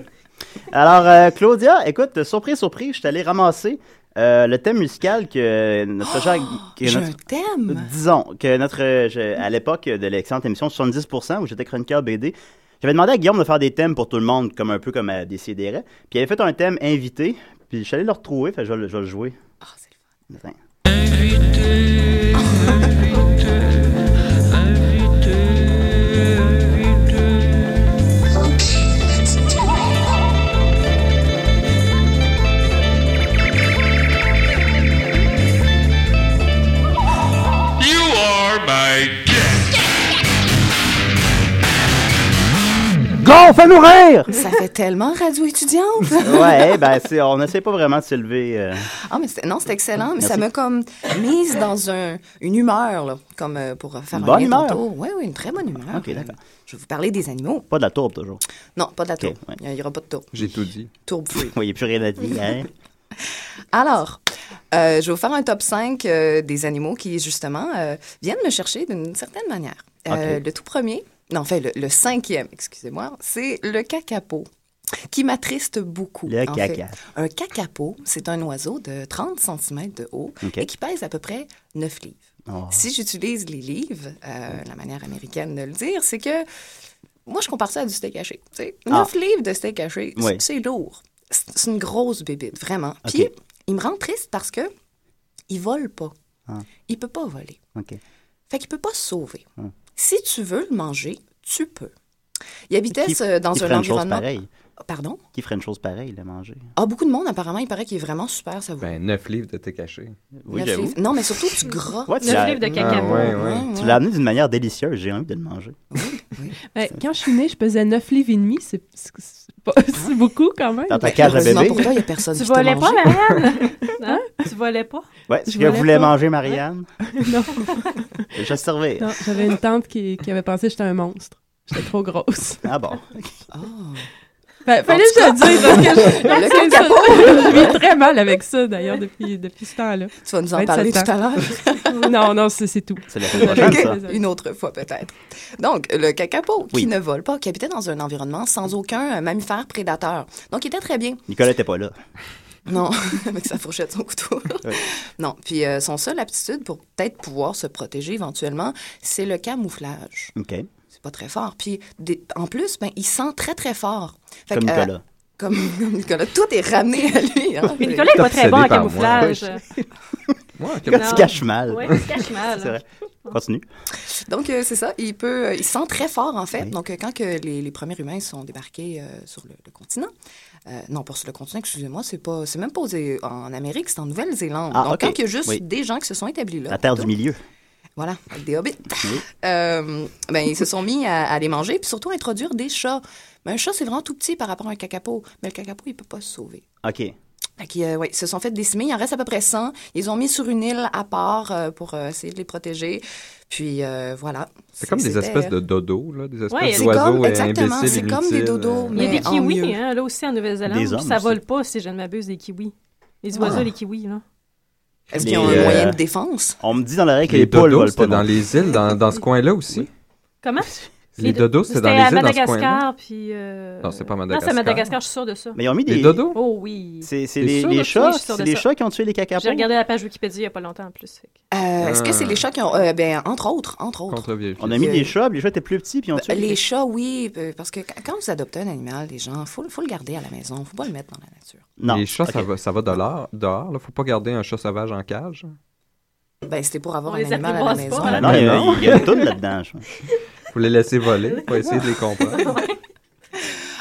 S5: Alors, euh, Claudia, écoute, euh, surprise, surprise, je suis allé ramasser euh, le thème musical que euh, notre cher- que
S8: J'ai
S5: notre-
S8: un thème.
S5: Disons que notre, euh, je- à l'époque de l'excellente émission 70%, où j'étais chroniqueur BD, j'avais demandé à Guillaume de faire des thèmes pour tout le monde, comme un peu comme euh, à Décideret. Puis il avait fait un thème invité, puis je suis allé le retrouver, fait que je vais le, je vais le jouer. Ah, c'est le fun.
S6: You are my
S5: Go, fais-nous rire!
S8: euh. [LAUGHS] Ça fait tellement radio étudiante.
S5: [LAUGHS] ouais, ben, c'est- on n'essaie pas vraiment de s'élever. euh,
S8: Ah, mais c'est- non, c'est excellent, mais ça
S5: Merci.
S8: m'a comme mise dans un- une humeur, là, comme euh, pour faire
S5: Une
S8: un
S5: bonne
S8: lien
S5: humeur?
S8: tantôt. Oui, oui, une très bonne humeur.
S5: Ok, d'accord.
S8: Je vais vous parler des animaux.
S5: Pas de la tourbe, toujours. [LAUGHS]
S8: Non, pas de la tourbe.
S5: ouais.
S8: Il n'y aura pas de tourbe.
S7: J'ai tout dit.
S8: Tourbe free.
S5: Il n'y a plus rien à dire, hein?
S8: Alors, euh, je vais vous faire un top 5 euh, des animaux qui, justement, euh, viennent me chercher d'une certaine manière. Euh,
S12: Ok.
S8: Le tout premier, non, enfin, le, le cinquième, excusez-moi, c'est le cacapo, qui m'attriste beaucoup.
S5: Le
S8: en
S5: caca.
S8: fait. Un cacapo, c'est un oiseau de 30 cm de haut
S5: Ok.
S8: et qui pèse à peu près 9 livres.
S5: Oh.
S8: Si j'utilise les livres, euh, la manière américaine de le dire, c'est que moi, je compare ça à du steak haché. tu sais.
S12: Ah.
S8: 9 livres de steak haché, c'est-
S12: Oui.
S8: c'est lourd. C'est c'est une grosse bébite, vraiment.
S12: OK.
S8: Puis, il me rend triste parce que il vole pas.
S5: Ah.
S8: Il peut pas voler.
S5: OK.
S8: Fait qu'il peut pas se sauver.
S5: Hmm.
S8: Si tu veux le manger, tu peux. Il habitait
S5: Qui-
S8: euh, dans
S5: qui
S8: un
S5: ferait une chose
S8: environnement...
S5: pareille?
S8: Pardon?
S5: Qui ferait une chose pareille, le manger?
S8: Ah, beaucoup de monde, apparemment, il paraît qu'il est vraiment super savoureux.
S7: Ben, 9 livres de thé caché.
S8: Neuf livres. Non, mais surtout du gras.
S5: Ouais, tu l'as-
S7: Ah, ouais, ouais.
S5: Tu l'as amené d'une manière délicieuse, j'ai envie de le manger.
S9: Ben, quand je suis née, je pesais 9 livres et demi. C'est c'est- c'est pas- [LAUGHS] c'est beaucoup quand même.
S5: Dans ta cage à bébé. Heureusement pour toi, il y a
S8: personne
S10: Tu volais pas, Marianne? [LAUGHS] Hein? Tu volais
S5: [LAUGHS]
S10: pas?
S5: Ouais, ce
S9: Je
S5: que
S9: volais
S5: voulait
S9: pas.
S5: manger Marianne,
S9: non.
S5: je vais servir.
S9: Non, j'avais une tante qui, qui avait pensé que j'étais un monstre. J'étais trop grosse.
S5: Ah bon.
S9: Ben, fallait que je
S8: En
S9: le
S8: tout cas,
S9: dise parce que [LAUGHS] je,
S8: le
S9: c'est ça.
S8: cacapo.
S9: je vis très mal avec ça d'ailleurs depuis, depuis ce temps-là.
S8: Tu vas nous en parler tout à l'heure.
S9: non, non, c'est c'est tout.
S5: C'est
S8: Ok, Une autre fois peut-être. Donc, le cacapo, qui
S5: Oui.
S8: ne vole pas, qui habitait dans un environnement sans aucun euh, mammifère prédateur. Donc, il était très bien.
S5: Nicolas n'était pas là.
S8: Non, [LAUGHS] avec sa fourchette, son couteau.
S5: [LAUGHS] Ouais.
S8: Non, puis euh, son seul aptitude pour peut-être pouvoir se protéger éventuellement, c'est le camouflage.
S5: OK.
S8: C'est pas très fort. Puis, des- en plus, ben, il sent très, très fort. Fait
S5: Comme
S8: que, euh,
S5: Nicolas.
S8: comme [LAUGHS] Nicolas. Tout est ramené à lui. hein.
S10: Mais Nicolas est pas très bon en
S5: Obsédé par moi.
S10: camouflage.
S5: Quand tu
S8: Non.
S5: te caches mal.
S8: Ouais, il se cache mal.
S5: [LAUGHS] C'est vrai. Continue.
S8: Donc, euh, c'est ça. Il peut, euh, il sent très fort, en fait. Donc, euh, quand que les, les premiers humains sont débarqués euh, sur le, le continent, euh, non, pas sur le continent, excusez-moi, c'est pas, c'est même pas aux- en Amérique, c'est en Nouvelle-Zélande.
S5: Ah,
S8: Donc,
S5: ok.
S8: quand il y a juste
S5: Oui.
S8: des gens qui se sont établis là.
S5: La terre du
S8: donc,
S5: milieu.
S8: Voilà, avec des hobbits. Euh, ben, ils se sont mis à, à les manger, puis surtout à introduire des chats. Mais un chat, c'est vraiment tout petit par rapport à un cacapo. Mais le cacapo, il peut pas se sauver.
S5: OK.
S8: Fait qu'ils, euh, ouais, ils se sont fait décimer. Il en reste à peu près 100. Ils les ont mis sur une île à part euh, pour euh, essayer de les protéger. Puis euh, voilà.
S7: C'est comme des
S8: C'était- euh,
S7: espèces de dodos, là, des espèces
S8: Ouais, c'est
S7: d'oiseaux
S8: comme-
S7: euh,
S8: exactement,
S7: imbéciles,
S8: c'est comme des
S7: inutiles,
S8: dodos,
S7: euh,
S10: Il y a des
S8: en
S10: kiwis,
S8: mieux.
S10: hein, là aussi en Nouvelle-Zélande.
S7: Des
S10: puis
S7: hommes
S10: Ça
S7: aussi.
S10: vole pas, si je ne m'abuse, des kiwis. Les
S8: Ah.
S10: oiseaux, les kiwis, là.
S8: Est-ce
S5: Les,
S8: qu'ils ont un
S5: euh,
S8: moyen de défense?
S5: On me dit dans l'oreille que
S7: Les,
S5: les, poules
S7: dodos,
S5: volent pas.
S7: c'était dans
S5: non.
S7: les îles, dans, dans ce coin-là aussi.
S10: Comment? [LAUGHS]
S7: Les dodos, c'était dans les
S10: à
S7: îles, dans ce coin-là.
S10: Madagascar, puis... euh,
S7: Non, c'est pas
S10: Non, c'est
S7: Madagascar.
S10: Madagascar, je suis sûre de ça.
S5: Mais ils ont mis des.
S10: Oh oui.
S5: C'est c'est
S7: T'es
S5: les,
S7: sûr
S5: les
S7: de ça?
S5: chats.
S10: Oui, je suis sûr
S5: C'est
S10: de
S5: les
S10: ça.
S5: chats qui ont tué les
S10: J'ai
S5: cacapos.
S10: regardé la page Wikipédia il n'y a pas longtemps, en plus. fait que-
S8: Euh, Est-ce que c'est
S7: Ah.
S8: les chats qui ont. euh, ben, entre autres, entre autres.
S5: On a mis des chats, puis les chats étaient plus petits, puis on tué.
S8: Ben, Les chats, oui, euh, parce que qu- quand vous adoptez un animal, les gens, il faut, le- faut le garder à la maison, faut pas le mettre dans la nature.
S7: Les chats, ça va, ça va dehors. dehors là. Faut pas garder un chat sauvage en cage.
S8: Ben, c'était pour avoir
S10: On
S8: un
S10: les
S8: animal à la
S10: apprivoise
S8: maison.
S10: pas, hein?
S7: Non, il y a- il y a une toune
S5: là-dedans.
S7: Faut les laisser voler, faut essayer de les
S8: [LAUGHS]
S7: comprendre.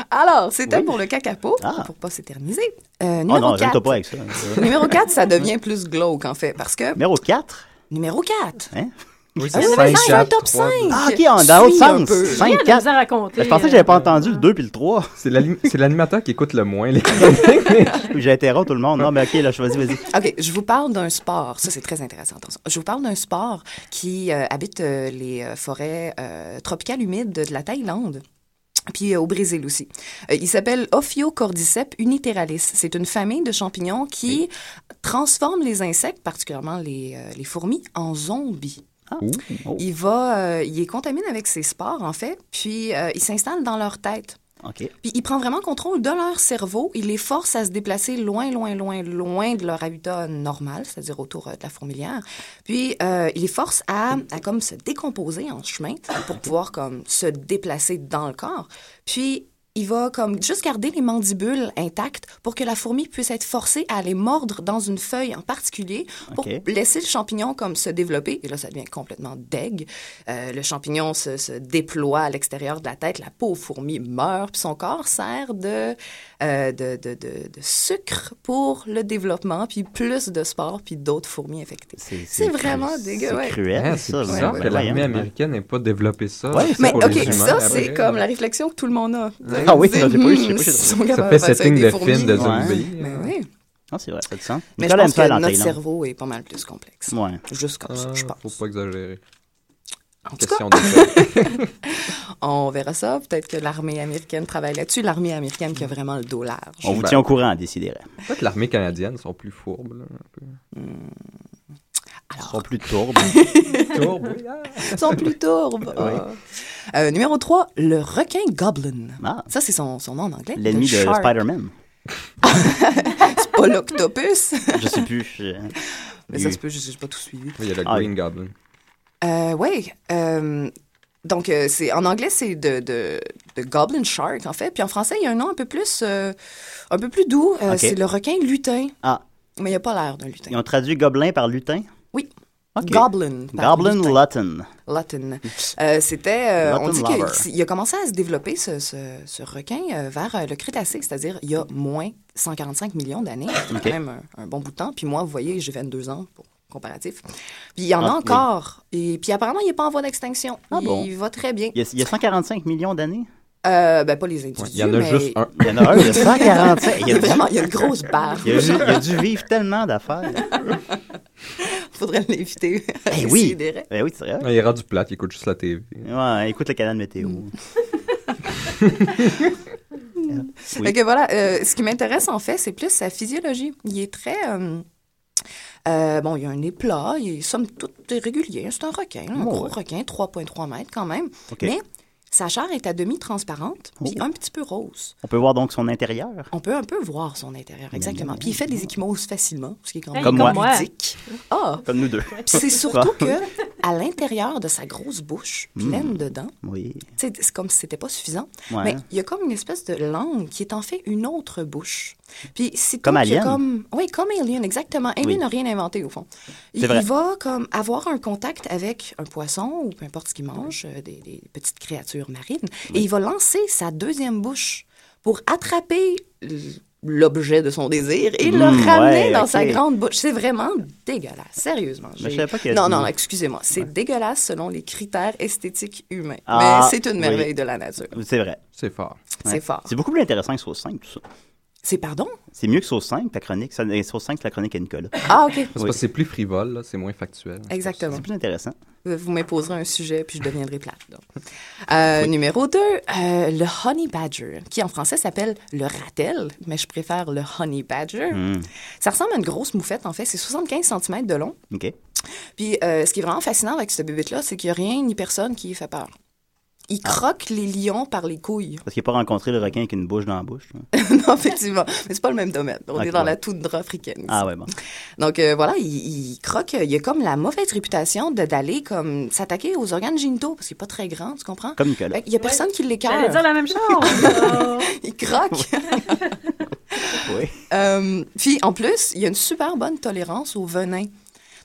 S8: Alors, c'était pour le cacapo, pour pas s'éterniser. Euh, numéro
S5: Ah. Oh non, j'aime
S8: quatre.
S5: pas hein. avec ça. [LAUGHS]
S8: numéro 4, ça devient plus glauque, en fait, parce que...
S5: Numéro 4?
S8: Numéro 4.
S5: Hein?
S7: Oui,
S5: Ah
S7: c'est
S5: oui, mais
S7: 5,
S5: c'est un
S7: 4,
S5: top
S7: 3,
S5: cinq.
S7: 2.
S5: Ah, ok, en- dans l'autre Suis un sens. peu. Cinq, Rien de quatre. misère à compter, Je pensais que j'avais pas euh,
S7: entendu le 2 puis le 3. C'est l'ani- c'est l'animateur qui écoute le moins. les-
S5: J'interromps tout le monde. Non, mais ok, là, je vas-y, vas-y.
S8: OK, je vous parle d'un sport. Ça, c'est très intéressant. attention. Je vous parle d'un sport qui euh, habite euh, les euh, forêts euh, tropicales humides de la Thaïlande. Puis euh, au Brésil aussi. Euh, il s'appelle Ophiocordyceps uniteralis. C'est une famille de champignons qui transforme les insectes, particulièrement les, euh, les fourmis, en zombies. Il va, euh, il les contamine avec ses spores en fait, puis euh, il s'installe dans leur tête.
S5: OK.
S8: Puis il prend vraiment contrôle de leur cerveau. Il les force à se déplacer loin, loin, loin, loin de leur habitat normal, c'est-à-dire autour euh, de la fourmilière. Puis euh, il les force à, à comme se décomposer en chemin pour pouvoir comme se déplacer dans le corps. Puis il va comme juste garder les mandibules intactes pour que la fourmi puisse être forcée à les mordre dans une feuille en particulier pour
S5: OK.
S8: laisser le champignon comme se développer. Et là, ça devient complètement deg. Euh, le champignon se, se déploie à l'extérieur de la tête, la peau fourmi meurt, puis son corps sert de, euh, de, de, de- de sucre pour le développement, puis plus de spores, puis d'autres fourmis infectées. C'est vraiment dégueu. ouais.
S7: Hein, C'est
S5: ça,
S7: bizarre
S5: ouais,
S7: que
S5: ouais,
S7: l'armée
S5: ouais.
S7: américaine n'ait pas développé ça.
S5: Ouais,
S7: C'est
S8: Mais
S7: pour les
S8: OK,
S7: humains,
S8: ça,
S7: après.
S8: c'est comme la réflexion que tout le monde a.
S5: Ah oui,
S8: C'est-
S5: ça, j'ai pas eu, j'ai pas
S8: hmm,
S5: eu cette
S8: ils sont
S5: réflexion.
S7: Ça fait
S8: capables de faire ça avec
S7: setting
S8: des
S7: de
S8: fourmis.
S7: film de
S8: Ouais.
S7: zombies.
S8: Mais oui.
S5: Ah, c'est vrai, ça a du sens.
S8: Mais je
S5: Nicolas
S8: pense
S5: aime ça,
S8: que
S5: la
S8: notre
S5: Thaïlande.
S8: cerveau est pas mal plus complexe.
S5: Ouais.
S8: Juste comme ça, je
S7: Ah,
S8: pense.
S7: Faut pas exagérer.
S8: En tout
S7: Question
S8: cas, [LAUGHS]
S7: de-
S8: on verra ça. Peut-être que l'armée américaine travaille là-dessus. L'armée américaine qui a vraiment le dos large.
S5: On vous tient au courant, décidément.
S7: Peut-être l'armée canadienne sont plus fourbes. Là, un peu.
S5: Ils sont plus tourbes.
S7: Tourbes,
S8: oui, ah. Ils sont plus
S5: [LAUGHS]
S8: tourbes. Ah. Euh, numéro 3, le requin Goblin. Ça, c'est son, son nom en anglais.
S5: L'ennemi
S8: The
S5: de
S8: Shark.
S5: Spider-Man.
S8: C'est
S5: [LAUGHS]
S8: pas l'octopus.
S5: Je sais plus. je-
S8: Mais ça se peut, je n'ai pas tout suivi.
S7: Il y a le
S5: Ah,
S7: Green Goblin.
S8: Euh, oui. euh, donc, euh, c'est, en anglais, c'est de, de, de Goblin Shark, en fait. Puis en français, il y a un nom un peu plus, euh, un peu plus doux. Euh,
S5: Ok.
S8: C'est le requin lutin.
S5: Ah.
S8: Mais il n'a pas l'air d'un lutin.
S5: Ils ont traduit gobelin par lutin.
S8: Oui.
S5: Ok.
S8: Goblin. par
S5: Goblin
S8: lutin.
S5: Lutton.
S8: Lutton. Euh, C'était. euh, on
S5: Lutton
S8: dit qu'il
S5: lover.
S8: il a commencé à se développer, ce, ce- ce requin, euh, vers euh, le Crétacé, c'est-à-dire il y a moins 145 millions d'années. C'est
S5: Ok.
S8: quand même un, un bon bout de temps. Puis moi, vous voyez, j'ai 22 ans pour comparatif. Puis il y en
S5: Ah,
S8: a
S5: oui.
S8: encore. Et puis apparemment, il n'est pas en voie d'extinction.
S5: Ah
S8: il
S5: bon?
S8: va très bien.
S5: Il y a, il y a 145 millions d'années.
S8: Euh, ben, pas les individus.
S5: il y en a
S8: mais-
S5: juste un. [LAUGHS] Il y en a un de 145. Il y a-
S8: [LAUGHS] vraiment, il y a une grosse barre.
S5: Il y a, ju- il y a dû vivre tellement d'affaires.
S8: [LAUGHS] Faudrait l'éviter.
S5: Eh oui.
S8: Décidérez.
S5: Eh oui, c'est vrai.
S7: Ah, il est rendu plate, il écoute juste la TV.
S5: Ouais, écoute le canal météo.
S8: Mm.
S5: Oui.
S8: Fait que voilà, euh, ce qui m'intéresse en fait, c'est plus sa physiologie. Il est très. euh, euh, bon, il a un nez plat, il est somme toute régulier. hein, C'est un requin, là, un
S5: Ouais.
S8: gros requin, 3,3 mètres quand même.
S5: Ok. Oh,
S8: Mais sa chair est à demi transparente, puis un petit peu rose.
S5: On peut voir donc son intérieur.
S8: On peut un peu voir son intérieur, exactement. Puis il fait des échymoses facilement, ce qui est quand même
S5: Comme moi.
S8: ludique. Ah!
S5: Comme nous deux.
S8: Puis c'est surtout
S5: Bon.
S8: que à l'intérière de sa grosse bouche,
S5: Hmm.
S8: pleine de dents,
S5: Oui.
S8: tu sais, c'est comme si c'était pas suffisant.
S5: Ouais.
S8: Mais il y a comme une espèce de langue qui est en fait une autre bouche. Puis c'est
S5: Comme
S8: tout qu'il y a
S5: Alien.
S8: Comme... Oui, comme Alien, exactement. Alien
S5: Oui.
S8: n'a rien inventé au fond. Il,
S5: C'est vrai.
S8: il va comme avoir un contact avec un poisson ou peu importe ce qu'il mange, euh, des, des petites créatures marines, et il va lancer sa deuxième bouche pour attraper l- l'objet de son désir et le
S5: Mm,
S8: ramener
S5: ouais,
S8: dans
S5: ok.
S8: sa grande bouche. C'est vraiment dégueulasse, sérieusement.
S5: Mais je
S8: J'ai-
S5: savais pas qu'il y a
S8: Non,
S5: du-
S8: non, excusez-moi. C'est dégueulasse selon les critères esthétiques humains.
S5: Ah,
S8: Mais c'est une
S5: oui.
S8: merveille de la nature.
S5: C'est vrai.
S7: C'est fort.
S8: C'est fort.
S5: C'est beaucoup plus intéressant que Sauce 5, tout ça.
S8: C'est pardon?
S5: C'est mieux que Sauce 5, ta chronique. Ça- et Sauce 5, c'est la chronique à Nicolas.
S8: Ah, OK.
S7: Parce que c'est plus frivole, là, c'est moins factuel.
S8: Exactement.
S5: C'est plus intéressant.
S8: Euh, Vous m'imposerez un sujet, puis je deviendrai plate. donc.
S5: [LAUGHS]
S8: Euh, Numéro 2, le honey badger, qui en français s'appelle le ratel, mais je préfère le honey badger.
S5: Hmm.
S8: Ça ressemble à une grosse moufette, en fait. C'est 75 cm de long.
S5: OK.
S8: Puis euh, ce qui est vraiment fascinant avec ce bébé-là, c'est qu'il n'y a rien ni personne qui y fait peur.
S5: Ah.
S8: Il croque les lions par les couilles. [LAUGHS]
S5: Parce qu'il n'a pas rencontré le requin avec une bouche dans la bouche. hein.
S8: non, effectivement. Mais c'est pas le même domaine. On
S5: Ok,
S8: est dans
S5: ouais.
S8: la toundra africaine.
S5: Ah ouais, bon.
S8: Donc euh, voilà, il, il croque. Il a comme la mauvaise réputation de- d'aller comme s'attaquer aux organes génitaux parce qu'il est pas très grand, tu comprends?
S5: Comme Nicolas.
S8: Fait qu'il y a personne qui l'écarte.
S10: J'allais dire la même
S8: chose. il croque.
S5: Oui.
S8: Euh, puis en plus, il y a une super bonne tolérance au venin.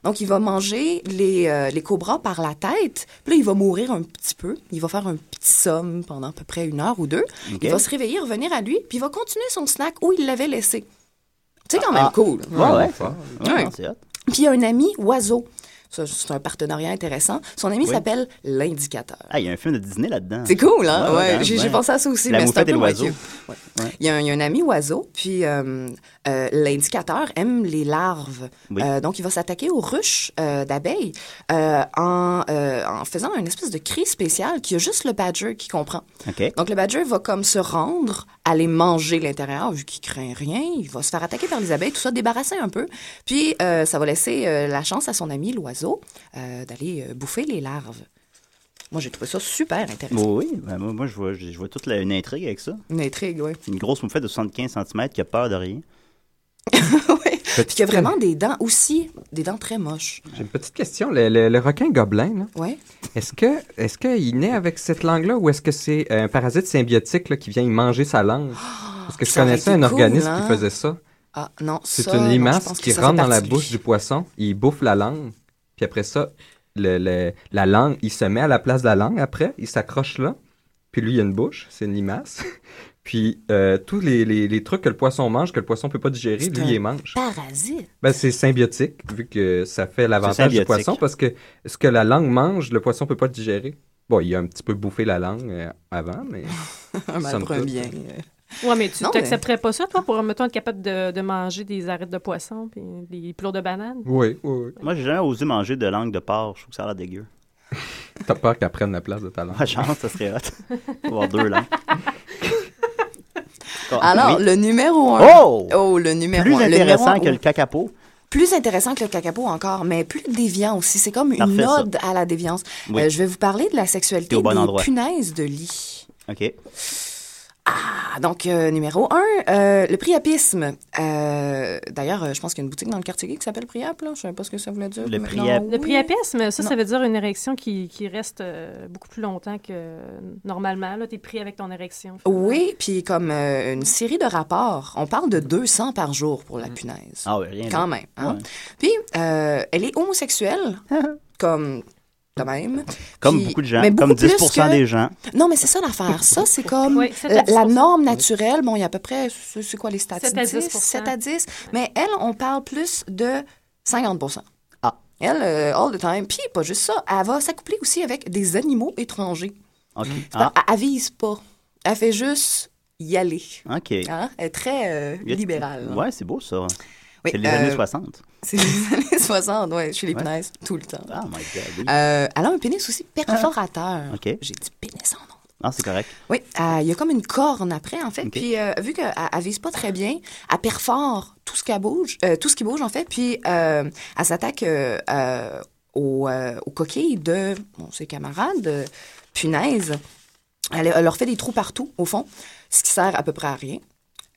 S8: Donc, il va manger les, euh, les cobras par la tête. Puis là, il va mourir un petit peu. Il va faire un petit somme pendant à peu près une heure ou deux.
S5: Ok.
S8: Il va se réveiller, revenir à lui, puis il va continuer son snack où il l'avait laissé. C'est quand même cool.
S5: Ah,
S7: Ah,
S5: Ouais, ouais.
S8: Ouais.
S5: ouais. non, c'est hot.
S8: Puis il y a un ami oiseau. Ça, c'est un partenariat intéressant. Son ami
S5: Oui.
S8: s'appelle L'Indicateur.
S5: Ah, il y a un film de Disney là-dedans.
S8: C'est cool, hein?
S5: Ouais,
S8: Ouais,
S5: ouais,
S8: j'ai j'ai
S5: ouais.
S8: pensé à ça aussi,
S5: La
S8: mais c'est un
S5: moufette et
S8: peu moins
S5: l'oiseau.
S8: cute. Il y, a un, il y a un ami oiseau, puis euh, euh, l'indicateur aime les larves.
S5: Oui.
S8: Euh, donc, il va s'attaquer aux ruches euh, d'abeilles euh, en, euh, en faisant une espèce de cri spécial qu'il y a juste le badger qui comprend.
S5: OK.
S8: Donc, le badger va comme se rendre, aller manger l'intérieur, vu qu'il craint rien. Il va se faire attaquer par les abeilles, tout ça débarrasser un peu. Puis, euh, ça va laisser euh, la chance à son ami l'oiseau euh, d'aller euh, bouffer les larves. Moi, j'ai trouvé ça super intéressant.
S5: Bon, oui, ben, moi, moi, je vois, je, je vois toute la- une intrigue avec ça.
S8: Une intrigue, oui.
S5: C'est une grosse moufette de 75 cm qui a peur de rien.
S8: Puis qu'il y a vraiment des dents aussi, des dents très moches.
S7: J'ai une petite question. Le, le- le requin gobelin, là,
S8: Ouais.
S7: est-ce que est-ce qu'il naît avec cette langue-là ou est-ce que c'est un parasite symbiotique là, qui vient y manger sa
S8: [GASPS]
S7: langue? Parce que je
S8: ça aurait
S7: connaissais
S8: été
S7: un
S8: cool,
S7: organisme
S8: hein?
S7: qui faisait ça.
S8: Ah, non,
S7: C'est
S8: ça,
S7: une
S8: non, je
S7: limace
S8: pense que
S7: qui
S8: ça fait
S7: rentre dans la
S8: partie de
S7: bouche
S8: lui.
S7: du poisson, il bouffe la langue, puis après ça, le- le- la langue, il se met à la place de la langue après, il s'accroche là, puis lui, il a une bouche, c'est une limace. [LAUGHS] puis euh, tous les, les- les trucs que le poisson mange, que le poisson peut pas digérer, lui, il les mange.
S8: Parasite.
S7: Ben, c'est symbiotique, vu que ça fait l'avantage du
S5: symbiotique.
S7: poisson, parce que ce que la langue mange, le poisson peut pas le digérer. Bon, il a un petit peu bouffé la langue euh, avant,
S8: [LAUGHS]
S7: mais...
S8: Un mal
S7: somme
S8: pour un
S7: toute.
S8: bien.
S10: Ouais, mais tu
S8: Non, mais-
S10: t'accepterais pas ça, toi, pour, mettons, être capable de, de manger des arêtes de poisson puis des plots de bananes?
S7: Oui, oui,
S5: Moi, j'ai jamais osé manger de langue de porc. Je trouve que ça a l'air dégueu. [LAUGHS]
S7: oui. T'as peur qu'elle prenne la place de ta langue.
S5: Ma
S8: Ah,
S5: chance, ça serait hot. avoir deux
S8: [LAUGHS]
S5: langues.
S8: Alors,
S5: Oui.
S8: le numéro un.
S5: Oh!
S8: le numéro
S5: Plus
S8: un. Le numéro
S5: intéressant
S8: un,
S5: que
S8: oui.
S5: le cacapo.
S8: Plus intéressant que le cacapo encore, mais plus déviant aussi. C'est comme une
S5: Parfait, ça.
S8: ode à la déviance.
S5: Oui.
S8: Euh, je vais vous parler de la sexualité
S5: Et au bon
S8: des
S5: endroit.
S8: punaises de lit.
S5: OK.
S8: Ah, donc, euh, numéro un, euh, le priapisme. Euh, D'ailleurs, euh, je pense qu'il y a une boutique dans le quartier gay qui s'appelle Priap. Là. Je ne savais pas ce que ça voulait dire.
S5: Le
S8: mais-
S5: Priap.
S8: non,
S10: Le
S8: oui.
S10: priapisme, ça,
S8: Non.
S10: ça veut dire une érection qui, qui reste euh, beaucoup plus longtemps que euh, normalement. Là, t'es pris avec ton érection.
S8: Oui, puis comme euh, une série de rapports. On parle de 200 par jour pour la punaise.
S5: Ah oui, rien. là.
S8: Quand même. hein.
S5: Ouais.
S8: Puis, euh, elle est homosexuelle, comme de même.
S5: Comme
S8: Puis-
S5: beaucoup de gens.
S8: mais
S5: Comme
S8: beaucoup plus
S5: 10
S8: que-
S5: des gens.
S8: Non, mais c'est ça l'affaire. Ça, c'est comme euh,
S10: Oui, sept à
S8: la,
S10: dix
S8: la
S10: pour cent.
S8: norme naturelle. Bon, il y a à peu près, c'est c'est quoi les stats?
S10: Sept à dix
S8: 10,
S10: pour cent.
S8: 7 à 10. Mais elle, on parle plus de 50
S5: Ah.
S8: Elle, euh, all the time. Puis, pas juste ça, elle va s'accoupler aussi avec des animaux étrangers.
S5: OK.
S8: Elle
S5: Ah,
S8: Elle avise pas. Elle fait juste y aller.
S5: OK.
S8: Hein? Elle est très euh,
S5: Il y a-
S8: libérale.
S5: Ouais, c'est beau ça.
S8: Oui,
S5: c'est les
S8: euh,
S5: années 60.
S8: C'est
S5: [LAUGHS]
S8: les années 60, ouais, chez les
S5: Ouais.
S8: punaises, tout le temps.
S5: Ah, my God. oui.
S8: Euh, elle a un pénis aussi perforateur.
S5: Ah. OK.
S8: J'ai dit pénis en nom.
S5: Ah, c'est correct.
S8: Oui, euh, il y a comme une corne après, en fait.
S5: OK.
S8: Puis, euh, vu qu'elle elle vise pas très bien, elle perfore tout ce, qu'elle bouge, euh, tout ce qui bouge, en fait. Puis, euh, elle s'attaque euh, euh, aux, euh, aux coquilles de bon, ses camarades euh, punaises. Elle, elle leur fait des trous partout, au fond, ce qui sert à peu près à rien.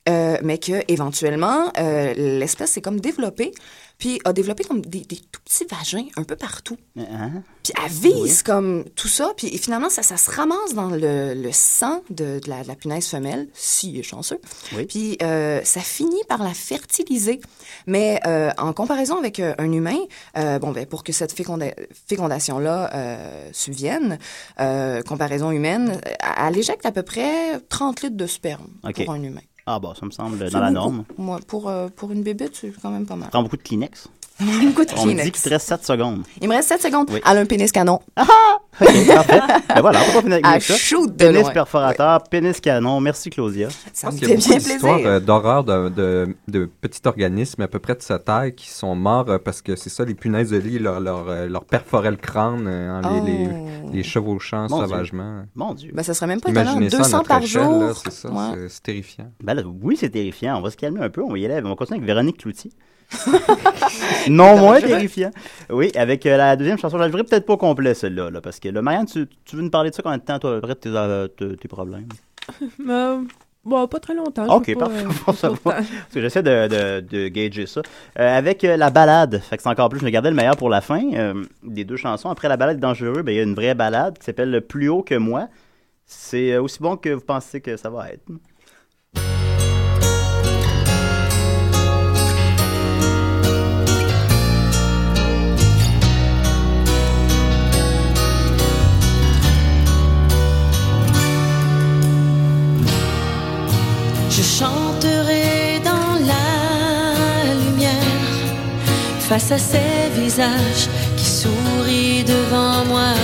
S8: Euh, mais que éventuellement euh, l'espèce s'est comme développée, puis a développé comme des, des tout petits vagins un peu partout.
S5: Euh, hein?
S8: Puis elle vise comme tout ça, puis finalement, ça, ça se ramasse dans le, le sang de, de la, de la punaise femelle, si elle est chanceux.
S5: Oui.
S8: Puis euh, ça finit par la fertiliser. Mais euh, en comparaison avec euh, un humain, euh, bon, ben, pour que cette féconda- fécondation-là euh, subvienne, euh, comparaison humaine, euh, elle éjecte à peu près 30 litres de sperme
S5: OK.
S8: pour un humain.
S5: Ah, bah, ça me semble
S8: C'est
S5: dans la
S8: beaucoup.
S5: norme.
S8: Moi, pour, euh, pour une bébête, c'est quand même pas mal. [LAUGHS]
S5: Prends beaucoup de Kleenex.
S8: Beaucoup de
S5: On me dit
S8: Kleenex.
S5: qu'il te reste 7
S9: [LAUGHS]
S5: secondes.
S8: Il me reste 7 secondes.
S5: Oui.
S8: Elle a un pénis canon.
S5: OK, parfait. Ben voilà, on va finir
S8: Elle
S9: Ah,
S5: avec ça.
S8: shoot de
S5: Pénis
S8: loin.
S5: perforateur, pénis canon. Merci, Claudia.
S8: Ça
S7: Parce
S8: me
S7: qu'il y a
S8: fait
S7: beaucoup
S8: bien
S7: d'histoires
S8: plaisir.
S7: euh, d'horreur de, de- de petits organismes à peu près de sa taille qui sont morts euh, parce que c'est ça, les punaises de lit leur, leur, euh, leur perforaient le crâne euh, en les, les-
S8: Oh.
S7: les chevauchant
S5: Mon Dieu.
S7: sauvagement.
S5: Mon Dieu.
S9: Bah.
S8: Ben, ça serait même pas étonnant.
S7: Imaginez
S8: 200
S7: ça à notre
S8: par
S7: échelle,
S8: jour.
S7: là, c'est ça,
S8: Ouais.
S7: c'est- c'est terrifiant.
S5: Ben là, oui, c'est terrifiant. On va se calmer un peu. On va y aller. On va continuer avec Véronique
S9: [LAUGHS]
S5: Cloutier. non moins terrifiant. Oui, avec euh, la deuxième chanson. Je l'avais peut-être pas au complet, celle-là. là, parce que, là, Marianne, tu, tu veux nous parler de ça combien de temps, toi, après, tes, euh, tes, tes problèmes?
S9: Euh, bon, pas très longtemps. je
S5: Ok,
S9: sais pas,
S5: parfait.
S9: euh,
S5: [LAUGHS] Bon, ça
S9: pas
S5: va.
S9: de temps.
S5: Parce que j'essaie de, de, de gager ça. Euh, avec euh, la balade, fait que c'est encore plus, je me gardais le meilleur pour la fin. euh, des deux chansons. Après la balade est dangereux, ben, il y a une vraie balade qui s'appelle Le Plus haut que moi. C'est euh, aussi bon que vous pensez que ça va être.
S1: Je chanterai dans la lumière, face à ces visages qui sourient devant moi.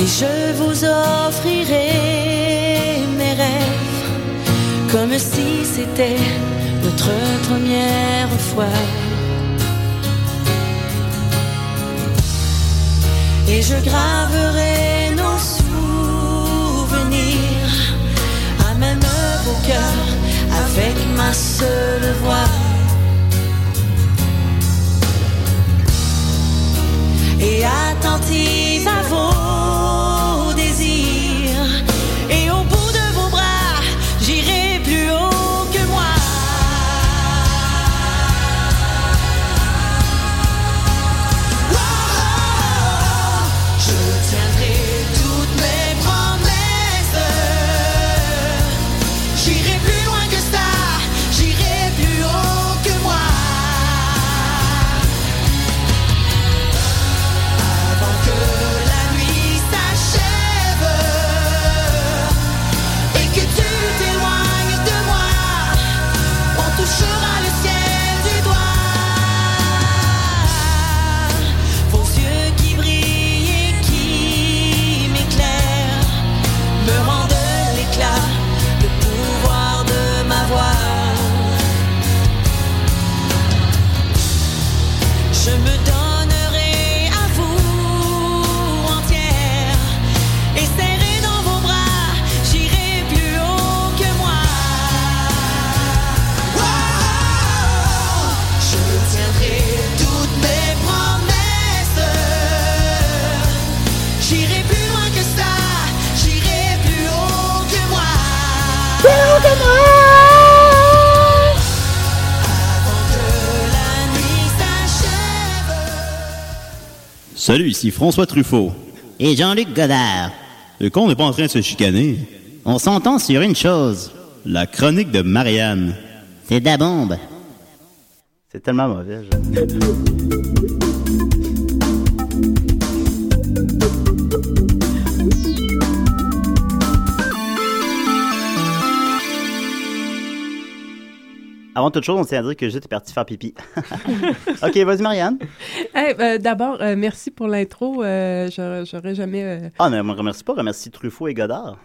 S1: Et je vous offrirai mes rêves comme si c'était notre première fois. Et je graverai nos souvenirs à même vos cœurs avec ma seule voix. Et attentive à vos désirs, et au bout de vos bras, j'irai plus haut que moi. Je tiendrai toutes mes promesses. J'irai plus loin que ça, j'irai plus haut que moi. Avant que la nuit s'achève et que tu t'éloignes de moi, on touchera le ciel du doigt. Vos yeux qui brillent et qui m'éclairent me rendent l'éclat, le pouvoir de ma voix. Je me donnerai à vous entière et serré dans vos bras, j'irai plus haut que moi. Je tiendrai toutes mes promesses. J'irai plus loin que ça. J'irai plus haut que moi. Plus haut que moi. Avant que la nuit s'achève.
S12: Salut, ici François Truffaut. Et Jean-Luc Godard. Le con n'est pas en train de se chicaner. On s'entend sur une chose. La chronique de Marianne. C'est de la bombe.
S5: C'est tellement mauvais. je- Avant toute chose, on s'est à dire que j'étais parti faire pipi. [LAUGHS] ok, vas-y Marianne.
S9: Hey, euh, D'abord, euh, merci pour l'intro. Euh, j'aurais- J'aurais jamais. euh,
S5: Ah, mais on me remercie pas, remercie Truffaut et Godard.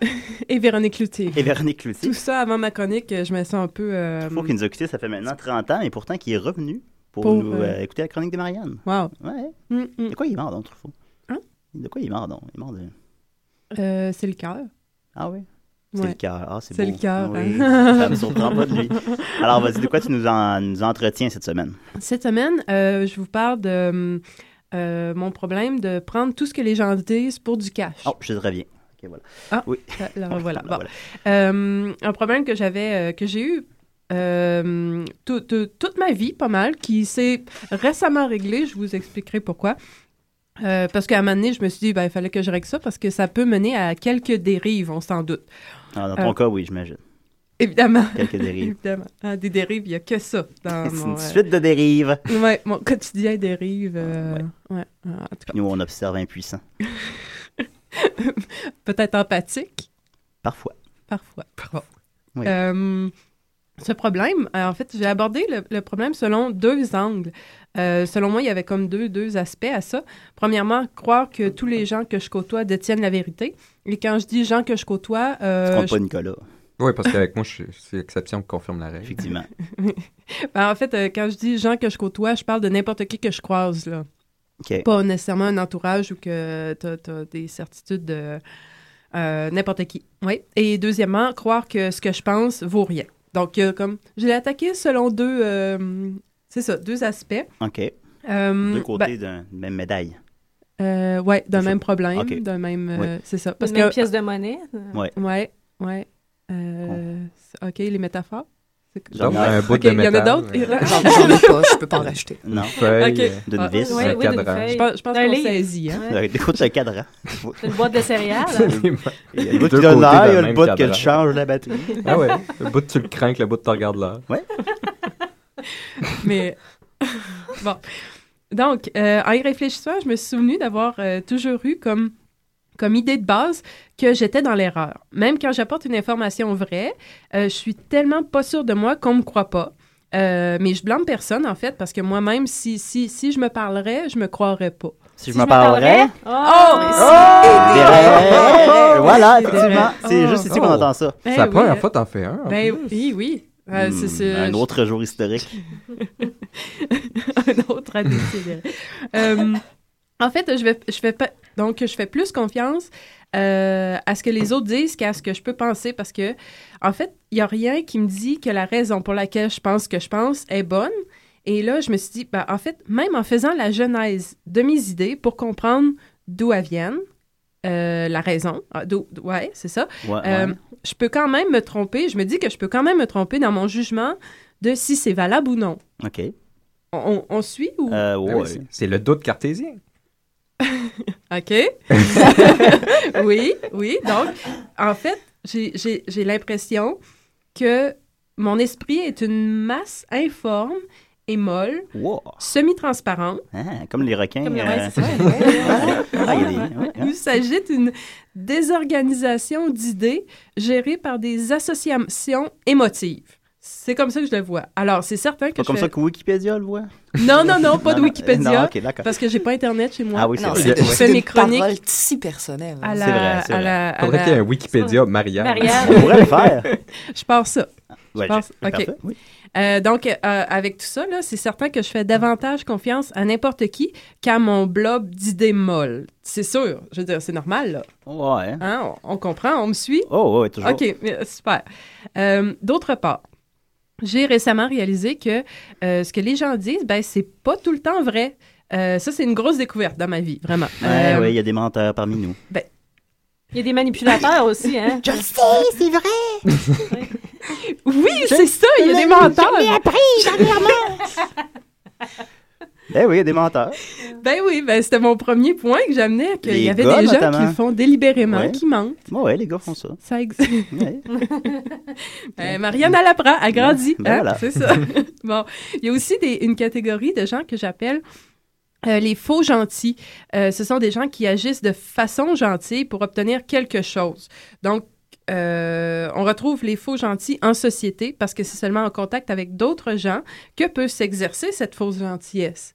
S9: Et Véronique Cloutier. [LAUGHS]
S5: Et Véronique Cloutier.
S9: Tout ça avant ma chronique, euh, je me sens un peu. euh,
S5: Truffaut qui nous a quittés, ça fait maintenant 30 ans, et pourtant qui est revenu pour,
S9: Pour,
S5: nous
S9: euh,
S5: euh, écouter la chronique de Marianne.
S9: Wow.
S5: Ouais.
S9: Mm, mm.
S5: De quoi il est mort, donc, Truffaut?
S9: Hein?
S5: De quoi il est mort, donc? Il est mort de...
S9: Euh, c'est le cœur.
S5: Ah oui. C'est le cœur. Ah, c'est
S9: C'est
S5: beau.
S9: le cœur,
S5: Oui,
S9: hein.
S5: ça me surprend pas de
S9: [LAUGHS]
S5: lui. Alors, vas-y, de quoi tu nous, en- nous entretiens cette semaine?
S9: Cette semaine, euh, je vous parle de euh, euh, mon problème de prendre tout ce que les gens disent pour du cash.
S5: Oh, je te reviens. OK, voilà.
S9: Ah,
S5: oui.
S9: la, la revoilà.
S5: La
S9: Bon.
S5: voilà.
S9: Euh, un problème que j'avais, euh, que j'ai eu euh, tout- tout- toute ma vie, pas mal, qui s'est récemment réglé. Je vous expliquerai pourquoi. Euh, parce qu'à un moment donné, je me suis dit, ben, il fallait que je règle ça parce que ça peut mener à quelques dérives, on s'en doute.
S5: Ah, dans ton
S9: Euh,
S5: cas, oui, j'imagine.
S9: Évidemment.
S5: Quelques dérives.
S9: [LAUGHS] Évidemment. Ah, des dérives, il n'y a que ça dans
S5: C'est
S9: mon,
S5: une
S9: euh,
S5: suite de dérives.
S9: Ouais, mon quotidien dérive. euh,
S5: Ah,
S9: ouais, en tout
S5: Nous, on observe impuissant.
S9: cas, peut-être empathique.
S5: Parfois.
S9: Parfois. parfois.
S5: Oui.
S9: Euh, ce problème, euh, en fait, j'ai abordé le, le problème selon deux angles. Euh, selon moi, il y avait comme deux, deux aspects à ça. Premièrement, croire que tous les gens que je côtoie détiennent la vérité. Et quand je dis gens que je côtoie, euh,
S7: Tu comptes
S9: je-
S7: pas
S5: Nicolas.
S7: Oui, parce qu'avec moi, je suis- c'est l'exception qui confirme la règle.
S5: Effectivement.
S9: Ben, en fait, euh, quand je dis gens que je côtoie, je parle de n'importe qui que je croise. Là.
S5: OK.
S9: Pas nécessairement un entourage ou que tu as, des certitudes de euh, n'importe qui. Oui. Et deuxièmement, croire que ce que je pense vaut rien. Donc, il y a comme. Je l'ai attaqué selon deux. euh, c'est ça, deux aspects.
S5: OK.
S9: Euh,
S5: Deux côtés d'un- d'une même médaille.
S9: ben, euh, ouais, d'un même problème,
S5: OK.
S9: d'un même. euh,
S5: Oui.
S9: C'est ça.
S10: Parce même pièce de monnaie.
S5: Ouais.
S9: Ouais, ouais. Euh, c'est- OK, les métaphores. C'est-
S5: J'en ai un bout
S9: OK,
S5: de
S9: Il y en a
S5: métal,
S9: d'autres? [LAUGHS]
S5: ouais. J'en- j'en ai pas, je peux pas en racheter. Non. Une feuille,
S9: OK.
S5: d'une vis,
S9: Ah, ouais,
S5: un
S9: ouais, d'une
S5: cadran.
S9: feuille. Je pense, je pense
S10: D'un
S9: qu'on
S10: livre.
S9: saisit. Hein?
S10: Ouais.
S5: Écoute, c'est un cadran.
S10: C'est une boîte de céréales.
S7: [LAUGHS]
S5: [LAUGHS]
S7: euh,
S5: Il y a le bout
S7: Deux
S5: qui donne
S7: côtés
S5: l'air, il y a
S7: d'un
S5: le
S7: même
S5: bout que
S7: cadran.
S5: tu changes la batterie.
S7: Ah ouais. Le bout, tu le crains, le bout, tu regardes là.
S5: Ouais.
S9: Mais bon. Donc, euh, en y réfléchissant, je me suis souvenu d'avoir euh, toujours eu comme comme idée de base que j'étais dans l'erreur. Même quand j'apporte une information vraie, euh, je suis tellement pas sûre de moi qu'on me croit pas. Euh, mais je blâme personne, en fait, parce que moi-même, si, si, si je me parlerais, je me croirais pas.
S5: Si je me parlerais.
S9: Oh!
S5: Derrière. [LAUGHS] Voilà, effectivement. C'est juste ici qu'on
S7: Oh.
S5: entend ça.
S7: C'est la première fois que t'en fais un. en
S9: Eh euh, Ben
S7: plus.
S9: oui, oui. Euh, c'est-
S5: Hmm,
S9: c'est-
S5: Un autre jour historique.
S9: [LAUGHS] un autre à décider. Euh, en fait, je vais, je fais pas, donc je fais plus confiance euh, à ce que les autres disent qu'à ce que je peux penser parce que, en fait, il y a rien qui me dit que la raison pour laquelle je pense ce que je pense est bonne. Et là, je me suis dit, ben, en fait, même en faisant la genèse de mes idées pour comprendre d'où elles viennent, euh, la raison, ah, d'où- d'où- ouais, c'est ça.
S13: Ouais,
S9: Euh,
S13: ouais.
S9: Je peux quand même me tromper. Je me dis que je peux quand même me tromper dans mon jugement de si c'est valable ou non.
S5: OK.
S9: oh. On, on suit ou
S5: Euh,
S7: Ben oui, c'est- C'est le doute cartésien.
S9: OK. [LAUGHS] oui, oui. Donc, en fait, j'ai- j'ai j'ai l'impression que mon esprit est une masse informe et molle,
S5: Wow.
S9: semi-transparente,
S5: Ah, comme les requins.
S9: Comme les-
S5: euh,
S9: ouais, c'est ça.
S5: [LAUGHS] Ah, il y a des- ouais,
S9: où s'agite une désorganisation d'idées gérée par des associations émotives. C'est comme ça que je le vois. Alors, c'est certain que
S5: Pas
S9: je
S5: comme
S9: fais-
S5: ça que Wikipédia le voit.
S9: Non, non, non, pas
S5: Non,
S9: de
S5: non,
S9: Wikipédia.
S5: non, ok, d'accord.
S9: Parce que j'ai pas Internet chez moi.
S5: Ah oui, c'est
S9: Non,
S5: vrai.
S9: [LAUGHS] je
S5: C'est- c'est
S9: fais mes
S5: une
S9: chroniques.
S8: parole si personnelle. hein.
S9: À la,
S5: C'est vrai, c'est
S9: à
S5: vrai.
S9: la- à
S7: Faudrait
S9: la-
S7: qu'il y ait un Wikipédia Marianne.
S9: Marianne.
S7: On pourrait
S5: le faire.
S9: Je pars ça.
S7: Ouais,
S9: je pense.
S7: j'ai-
S9: OK.
S7: parfait,
S9: Euh, donc, euh, avec tout ça, là, c'est certain que je fais davantage confiance à n'importe qui qu'à mon blob d'idées molles. C'est sûr. Je veux dire, c'est normal, là.
S5: Ouais.
S9: Hein, on, on comprend, on me suit.
S5: Oh, ouais, toujours.
S9: OK, mais- super. Euh, D'autre part, j'ai récemment réalisé que euh, ce que les gens disent, ben, c'est pas tout le temps vrai. Euh, ça, c'est une grosse découverte dans ma vie, vraiment.
S5: Ouais,
S9: Euh,
S5: ouais, il y a des menteurs parmi nous.
S9: ben,
S10: Il y a des manipulateurs aussi, hein?
S9: Je le
S10: sais,
S9: c'est vrai! oui, c'est ça, il y a des menteurs!
S5: Eh oui, il y a des menteurs.
S9: [LAUGHS] Ben oui, ben c'était mon premier point que j'amenais, qu'il
S5: Les
S9: y avait
S5: gars,
S9: des gens qui
S5: notamment.
S9: le font délibérément,
S5: Ouais.
S9: qui mentent.
S5: Ouais, ouais, les gars font ça.
S9: Ça existe. [LAUGHS] Euh, Marianne Alapra a grandi.
S5: Hein? Ben
S9: hein,
S5: voilà.
S9: C'est ça. [LAUGHS] bon, il y a aussi des- une catégorie de gens que j'appelle. euh, les faux gentils, Euh, ce sont des gens qui agissent de façon gentille pour obtenir quelque chose. Donc, euh, on retrouve les faux gentils en société parce que c'est seulement en contact avec d'autres gens que peut s'exercer cette fausse gentillesse.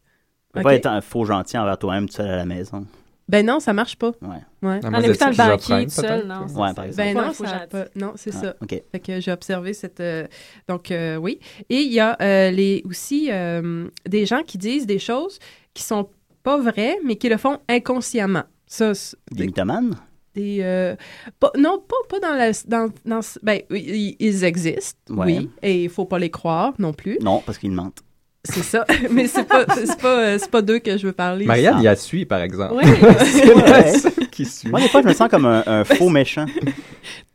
S5: Faut
S9: Ok?
S5: pas être un faux gentil envers toi-même tout seul à la maison.
S9: Ben non, ça marche pas.
S5: Ouais.
S9: Ouais.
S7: Ah,
S5: À moins En d'être écoutant le banquier schizophrène, tout seul,
S10: peut-être. non, c'est
S5: Ouais, par exemple.
S9: Ben
S10: Pas
S9: non,
S10: un faux
S9: ça a
S10: gentil.
S9: pas- non, c'est
S5: Ah,
S9: ça.
S5: ok.
S9: Fait que j'ai observé cette. euh, donc, euh, oui. Et il y a euh, les, aussi euh, des gens qui disent des choses qui sont pas vraies, mais qui le font inconsciemment. Ça, c'est-
S5: Des mythomanes?
S9: des. euh, pas- non, pas, pas dans la. Dans, dans- ben, i- i- ils existent,
S5: Ouais.
S9: oui. Et il faut pas les croire non plus.
S5: Non, parce qu'ils
S9: [LAUGHS]
S5: mentent.
S9: C'est ça. mais c'est pas, c'est pas, euh, c'est pas d'eux que je veux parler.
S7: Marianne, il y a suit, par exemple.
S9: Oui.
S5: [LAUGHS]
S7: C'est la
S5: Ouais.
S7: seule qui suit.
S5: Moi, des fois, je me sens comme un, un faux méchant.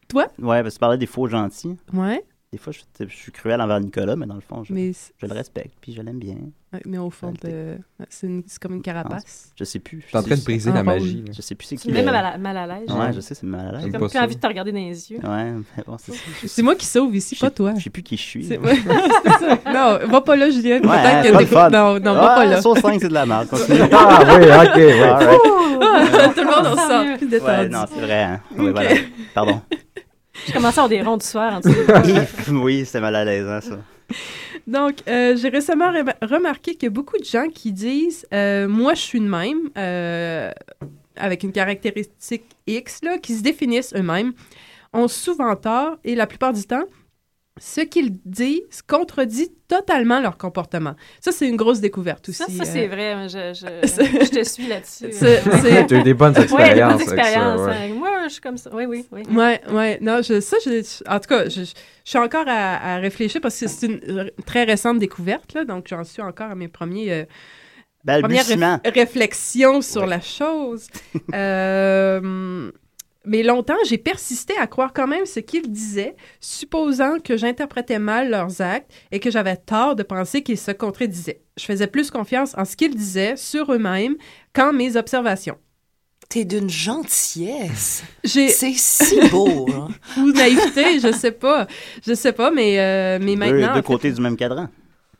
S9: Toi?
S5: Ouais, parce que tu parlais des faux gentils.
S9: Ouais.
S5: Des fois, je, je suis cruel envers Nicolas, mais dans le fond, je,
S9: Mais
S5: je le respecte, puis je l'aime bien.
S9: Ouais, Mais au fond, euh, c'est une- c'est comme une carapace.
S5: Je sais plus.
S7: T'es en train de briser la
S9: Ah,
S7: magie.
S5: Je sais plus c'est
S10: Tu
S5: qui.
S10: me mets
S5: le-
S10: mal à, mal à l'aise.
S5: Ouais, je sais, c'est mal à l'aise.
S10: J'ai comme plus envie de te regarder dans les yeux.
S5: Ouais, mais bon, c'est ça. Je
S9: C'est moi qui sauve ici, pas toi.
S5: sais plus qui je suis.
S9: C'est-
S5: là.
S9: ouais, [LAUGHS] c'est ça. Non, va pas là, Julien.
S5: Ouais, hein,
S9: Peut-être que
S5: pas
S9: des
S5: le fun.
S9: fois. Non, non, va
S5: Ah,
S9: pas là.
S5: Sauce 5, c'est de la
S9: [LAUGHS]
S5: merde. Continue.
S7: Ah oui, ok, oui.
S5: All right.
S10: Oh! Ah,
S9: Tout le monde, on se sent
S5: Ouais,
S9: plus détendu.
S5: non, c'est vrai. hein. Oui,
S9: Ok.
S5: voilà. Pardon.
S10: Je commençais à avoir des ronds du soir en dessous.
S5: [LAUGHS] oui, c'est mal à l'aise, hein, ça.
S9: Donc, euh, j'ai récemment re- remarqué que beaucoup de gens qui disent euh, Moi, je suis de même, euh, avec une caractéristique X, là, qui se définissent eux-mêmes, ont souvent tort et la plupart du temps, ce qu'ils disent contredit totalement leur comportement. Ça, c'est une grosse découverte aussi.
S10: Ça, ça c'est
S9: euh.
S10: vrai. moi, Je, [LAUGHS] je, je te suis là-dessus.
S9: C'est-
S7: [LAUGHS]
S9: c'est-
S7: T'as eu des bonnes
S10: Ouais, des bonnes
S7: expériences avec ça,
S10: expériences.
S7: ouais.
S10: hein. Moi, je suis comme ça. Oui, oui, oui.
S9: Ouais, ouais. Non, je, ça, je, je- en tout cas, je, je suis encore à, à réfléchir parce que c'est une euh, très récente découverte, là, donc j'en suis encore à mes premiers. euh,
S5: Ben,
S9: premières réf-
S5: Balbutiement.
S9: réflexions sur la chose. [LAUGHS] Euh, mais longtemps, j'ai persisté à croire quand même ce qu'ils disaient, supposant que j'interprétais mal leurs actes et que j'avais tort de penser qu'ils se contredisaient. Je faisais plus confiance en ce qu'ils disaient sur eux-mêmes qu'en mes observations.
S8: T'es d'une gentillesse.
S9: J'ai- [LAUGHS]
S8: C'est si beau. hein.
S9: Ou naïveté, je sais pas. Je sais pas, mais, euh, mais
S5: Deux,
S9: maintenant.
S5: deux côtés du même cadran.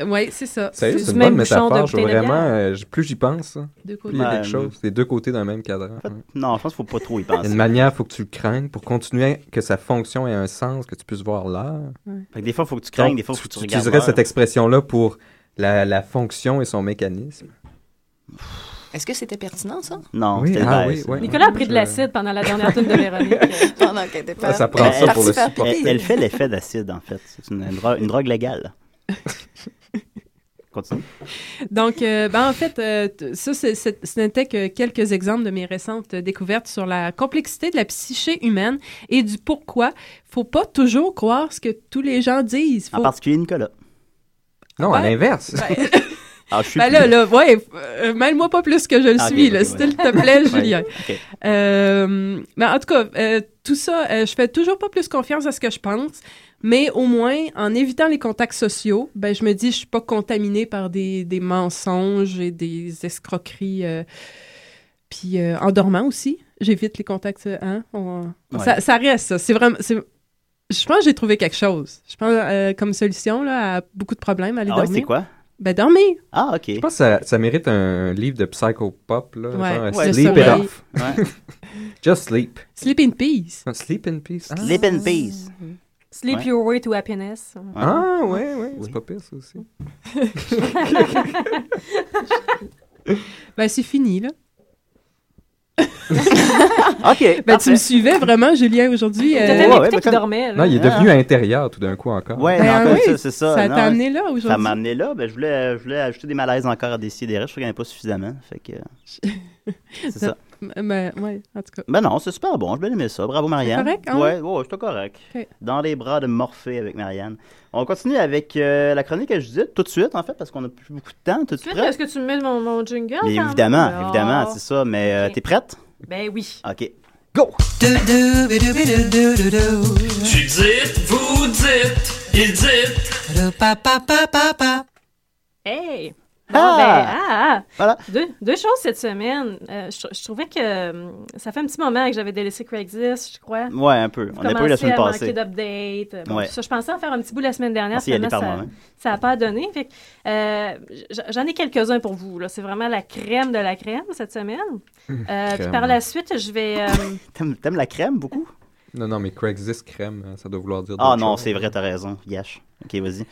S9: Oui, c'est ça.
S7: Sérieux,
S9: C'est
S7: c'est
S9: du
S7: une
S9: même
S7: bonne
S9: bouchon de
S7: métaphore. Je,
S9: bouteille de
S7: vraiment,
S9: bière.
S7: euh, j- plus j'y pense, hein,
S9: Deux
S7: plus
S9: côtés.
S7: il y a
S5: Ben,
S7: quelque chose. C'est deux côtés d'un même cadran. hein.
S5: Non, je pense qu'il ne faut pas trop y
S7: Il y a
S5: penser.
S7: une manière, il faut que tu le craignes pour continuer que sa fonction ait un sens, que tu puisses voir l'heure.
S5: Fait que des fois, il faut que tu craignes, des fois, il faut que
S7: Tu
S5: tu regardes.
S7: utiliserais cette
S5: l'heure.
S7: expression-là pour la, la fonction et son mécanisme.
S8: Est-ce que c'était
S7: [LAUGHS]
S8: pertinent, ça?
S5: Non,
S7: Oui,
S5: c'était
S7: ah
S5: nice.
S7: oui, oui.
S10: Nicolas a pris de l'acide pendant la dernière tune de Véronique. euh.
S8: pendant qu'elle était
S7: Ça prend ça pour le supporter.
S5: Elle, elle fait l'effet d'acide, en fait. C'est une, une drogue, une drogue
S9: [LAUGHS]
S5: légale. Continue.
S9: Donc, euh, ben, en fait, euh, t- ça, c'est- c'est- ce n'était que quelques exemples de mes récentes euh, découvertes sur la complexité de la psyché humaine et du pourquoi. Faut pas toujours croire ce que tous les gens disent. Faut...
S5: En particulier Nicolas.
S7: Non, à l'inverse.
S9: Ben,
S5: Ah, je suis
S9: [LAUGHS] ben
S5: plus-
S9: là, là, ouais, euh, mêle-moi pas plus que je le
S5: Ah,
S9: suis,
S5: ok,
S9: là,
S5: ok,
S9: s'il
S5: ouais.
S9: te plaît,
S5: Ouais,
S9: Julien.
S5: ok.
S9: Euh, ben, en tout cas, euh, tout ça, euh, je fais toujours pas plus confiance à ce que je pense, mais au moins, en évitant les contacts sociaux, ben, je me dis, je suis pas contaminée par des, des mensonges et des escroqueries. euh, puis euh, en dormant aussi, j'évite les contacts. euh, Hein, on-
S10: Ouais.
S9: ça, ça reste, ça. C'est vraiment. c'est- Je pense que j'ai trouvé quelque chose. Je pense euh, comme solution là, à beaucoup de problèmes, aller
S5: Ah ouais,
S9: dormir.
S5: c'est quoi?
S9: Ben, dormir.
S5: Ah, OK.
S7: Je pense que ça, ça mérite un livre de psychopop, là.
S9: Ouais,
S7: genre,
S9: ouais,
S7: sleep
S9: le
S7: it
S9: sommeil.
S7: off.
S5: Ouais.
S7: [LAUGHS] Just sleep.
S9: Sleep in peace.
S7: Sleep in peace. Ah.
S5: Sleep in peace.
S10: Sleep
S5: Ouais.
S10: your way to happiness.
S7: Ah, ouais, ouais, c'est pas pire, ça aussi.
S9: Ben, c'est fini, là.
S5: OK.
S9: Ben,
S5: parfait.
S9: tu me suivais vraiment, Julien, aujourd'hui. euh,
S10: T'étais
S5: ouais,
S10: l'invité
S5: ben,
S10: qui
S5: comme-
S10: dormait.
S7: Non,
S10: là.
S7: il est devenu intérieur tout d'un coup encore.
S5: ah. Ouais,
S9: Ben
S5: non, comme
S9: oui,
S5: ça, c'est ça.
S9: ça
S5: Non,
S9: t'a amené là,
S5: Ça m'a
S9: aujourd'hui.
S5: amené là. Ben, je, voulais, je voulais ajouter des malaises encore à des des Je trouve qu'il n'y en a pas suffisamment. Fait
S10: [LAUGHS]
S5: que. C'est ça.
S9: Ben, ouais, en tout cas.
S5: Ben non, c'est super bon. Je bien aimé ça. Bravo, Marianne.
S9: correct, hein?
S5: Ouais, ouais, c'était correct.
S9: Ok.
S5: Dans les bras de Morphée avec Marianne. On continue avec euh, la chronique à Judith tout de suite, en fait, parce qu'on n'a plus beaucoup de temps. Tout de
S10: Tu
S5: suite.
S10: veux- Est-ce que tu me mets mon, mon jingle?
S5: Mais
S10: quand
S5: évidemment,
S10: même?
S5: évidemment,
S10: Ah.
S5: c'est ça. Mais euh,
S10: Ok.
S5: t'es prête?
S10: Ben oui.
S5: OK.
S6: Tu dites, vous dites, ils dites.
S10: Hey!
S5: Ah!
S10: Bon, ben, ah, ah.
S5: Voilà.
S10: Deux, deux choses cette semaine. Euh, je, je trouvais que hum, ça fait un petit moment que j'avais délaissé Craigslist, je crois.
S5: Ouais, un peu.
S10: Vous
S5: On n'a pas eu la semaine
S10: commencez
S5: passée.
S10: à manquer d'updates. Bon,
S5: Ouais.
S10: ça, je pensais en faire un petit bout la semaine
S5: On
S10: dernière.
S5: s'est y allé
S10: finalement,
S5: par
S10: ça-
S5: moi-même.
S10: ça n'a pas donné. Fait que, euh, j- J'en ai quelques-uns pour vous. là. C'est vraiment la crème de la crème cette semaine. Euh, puis
S7: crème.
S10: par la suite, je vais... euh,
S5: T'aimes t'aimes la crème beaucoup?
S7: Non, non, mais Craigslist crème, hein, ça doit vouloir dire.
S5: Ah
S7: d'autres
S5: non,
S7: choses.
S5: c'est vrai, t'as raison. Gâche. OK, vas-y.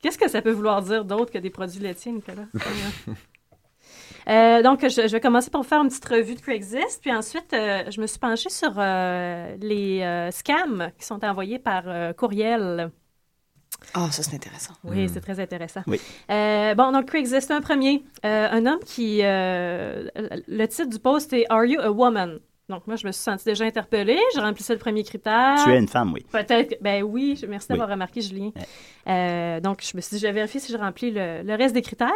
S10: Qu'est-ce que ça peut vouloir dire d'autre que des produits laitiers, Nicolas? [LAUGHS] Euh, donc, je, je vais commencer par faire une petite revue de Craigslist, puis ensuite, euh, je me suis penchée sur euh, les euh, scams qui sont envoyés par euh, courriel.
S8: Ah, ça,
S7: [LAUGHS]
S8: c'est intéressant.
S10: Oui, c'est très intéressant.
S5: Hmm. Oui.
S10: Euh, bon, donc Craigslist, un premier. Euh, un homme qui... euh, le titre du post est « Are you a woman? » Donc, moi, je me suis sentie déjà interpellée. J'ai rempli ça le premier critère.
S5: Tu es une femme, oui.
S10: Peut-être. que- Ben oui, je- merci
S5: Oui.
S10: d'avoir remarqué, Julien. Euh, donc, je me suis dit, je vais vérifier si je remplis le, le reste des critères.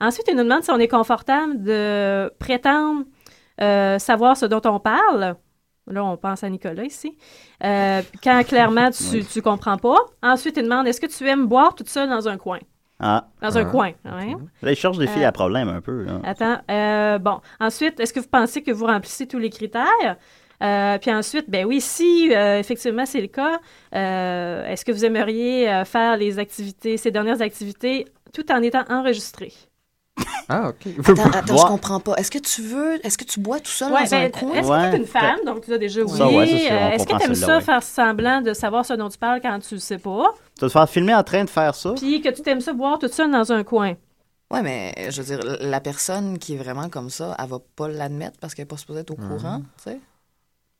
S10: Ensuite, il nous demande si on est confortable de prétendre euh, savoir ce dont on parle. Là, on pense à Nicolas ici. Euh, quand clairement, tu
S5: Oui.
S10: ne comprends pas. Ensuite, il demande est-ce que tu aimes boire toute seule dans un coin
S5: Ah,
S10: Dans un
S7: Ah,
S10: coin. hein? ouais.
S5: là, il
S10: Euh.
S5: cherche des filles à problème un peu. là.
S10: Attends. euh, bon. Ensuite, est-ce que vous pensez que vous remplissez tous les critères? Euh, puis ensuite, ben oui, si euh, effectivement c'est le cas, euh, est-ce que vous aimeriez euh, faire les activités, ces dernières activités, tout en étant enregistré?
S7: Ah, ok. [LAUGHS]
S8: Attends, attends, je
S5: Bois.
S8: comprends pas. Est-ce que tu veux... Est-ce que tu bois tout seul
S10: Ouais,
S8: dans
S10: ben,
S8: un
S10: est-ce
S8: coin?
S10: que
S5: Ouais.
S10: tu es une femme, donc tu as déjà oui.
S5: Ça, ouais, ça, c'est- on
S10: Euh, est-ce que
S5: comprend
S10: tu aimes
S5: celle-là,
S10: ça,
S5: ouais.
S10: faire semblant de savoir ce dont tu parles quand tu le sais pas,
S5: Tu vas te faire filmer en train de faire ça?
S10: puis que tu t'aimes ça boire tout seul dans un coin?
S8: Ouais, mais je veux dire, la personne qui est vraiment comme ça, elle va pas l'admettre parce qu'elle est pas supposée être au
S7: Mmh.
S8: courant, tu sais.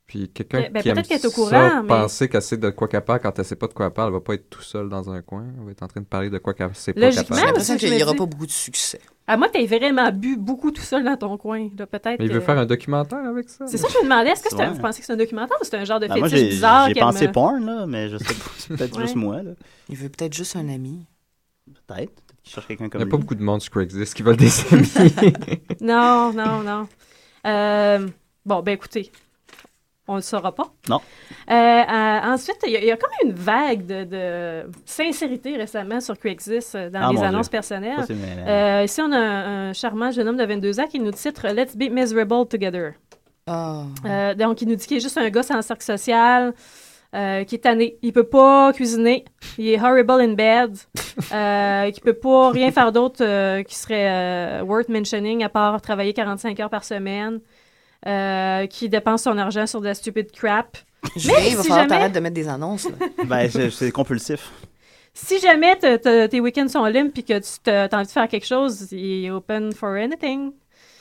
S7: Puis quelqu'un
S10: Ben, ben,
S7: qui aime
S10: peut-être qu'elle est au
S7: ça,
S10: courant, mais-
S7: penser qu'elle sait de quoi qu'elle parle quand elle sait pas de quoi elle parle, elle va pas être tout seule dans un coin. Elle va être en train de parler de quoi qu'elle sait pas qu'elle
S10: Logiquement,
S8: J'ai
S7: parle.
S8: l'impression
S10: c'est ce
S8: qu'il
S10: que je
S8: y
S10: me
S8: aura
S10: dis.
S8: pas beaucoup de succès.
S10: À Ah, moi, tu as vraiment bu beaucoup tout seul dans ton coin, là, peut-être.
S7: Mais il
S10: que-
S7: veut faire un documentaire avec ça.
S10: C'est ça que je me demandais, est-ce que c'est un-
S5: Ouais.
S10: vous pensez que c'est un documentaire ou c'est un genre de
S5: Ben,
S10: fétiche
S5: moi, j'ai
S10: bizarre?
S5: j'ai
S10: qu'elle
S5: pensé
S10: me-
S5: porn, là, mais je sais
S10: [LAUGHS]
S5: pas. C'est peut-être juste
S10: Ouais.
S5: moi, là.
S8: Il veut peut-être juste un ami.
S5: Peut-être. Peut-être qu'il cherche quelqu'un
S7: Il
S5: comme
S7: n'y a pas
S5: lui.
S7: beaucoup de monde sur Craigslist qui veulent
S5: [LAUGHS]
S7: des amis.
S10: Non, non, non. Euh, bon, ben écoutez, on le saura pas.
S5: Non.
S10: Euh, euh, ensuite, il y, a- il y a comme une vague de, de sincérité récemment sur Craigslist euh, dans
S5: Ah,
S10: les
S5: mon
S10: annonces
S5: Dieu. Ça,
S10: personnelles.
S5: c'est mêlant.
S10: Euh, ici, on a un, un charmant jeune homme de 22 ans qui nous titre Let's be miserable together.
S8: Ah.
S10: Euh, donc, il nous dit qu'il est juste un gars sans cercle social, euh, qui est tanné. Il peut pas cuisiner. Il est horrible in bed. euh, qui peut pas rien faire d'autre euh, qui serait euh, worth mentioning à part travailler 45 heures par semaine, euh, qui dépense son argent sur de la stupid crap.
S8: Julien, il va falloir t'arrêter
S10: de mettre des annonces.
S5: Ben, c'est- c'est compulsif.
S10: si jamais te- te- tes week-ends sont libres puis que tu te- t'as envie de faire quelque chose, il est open for anything.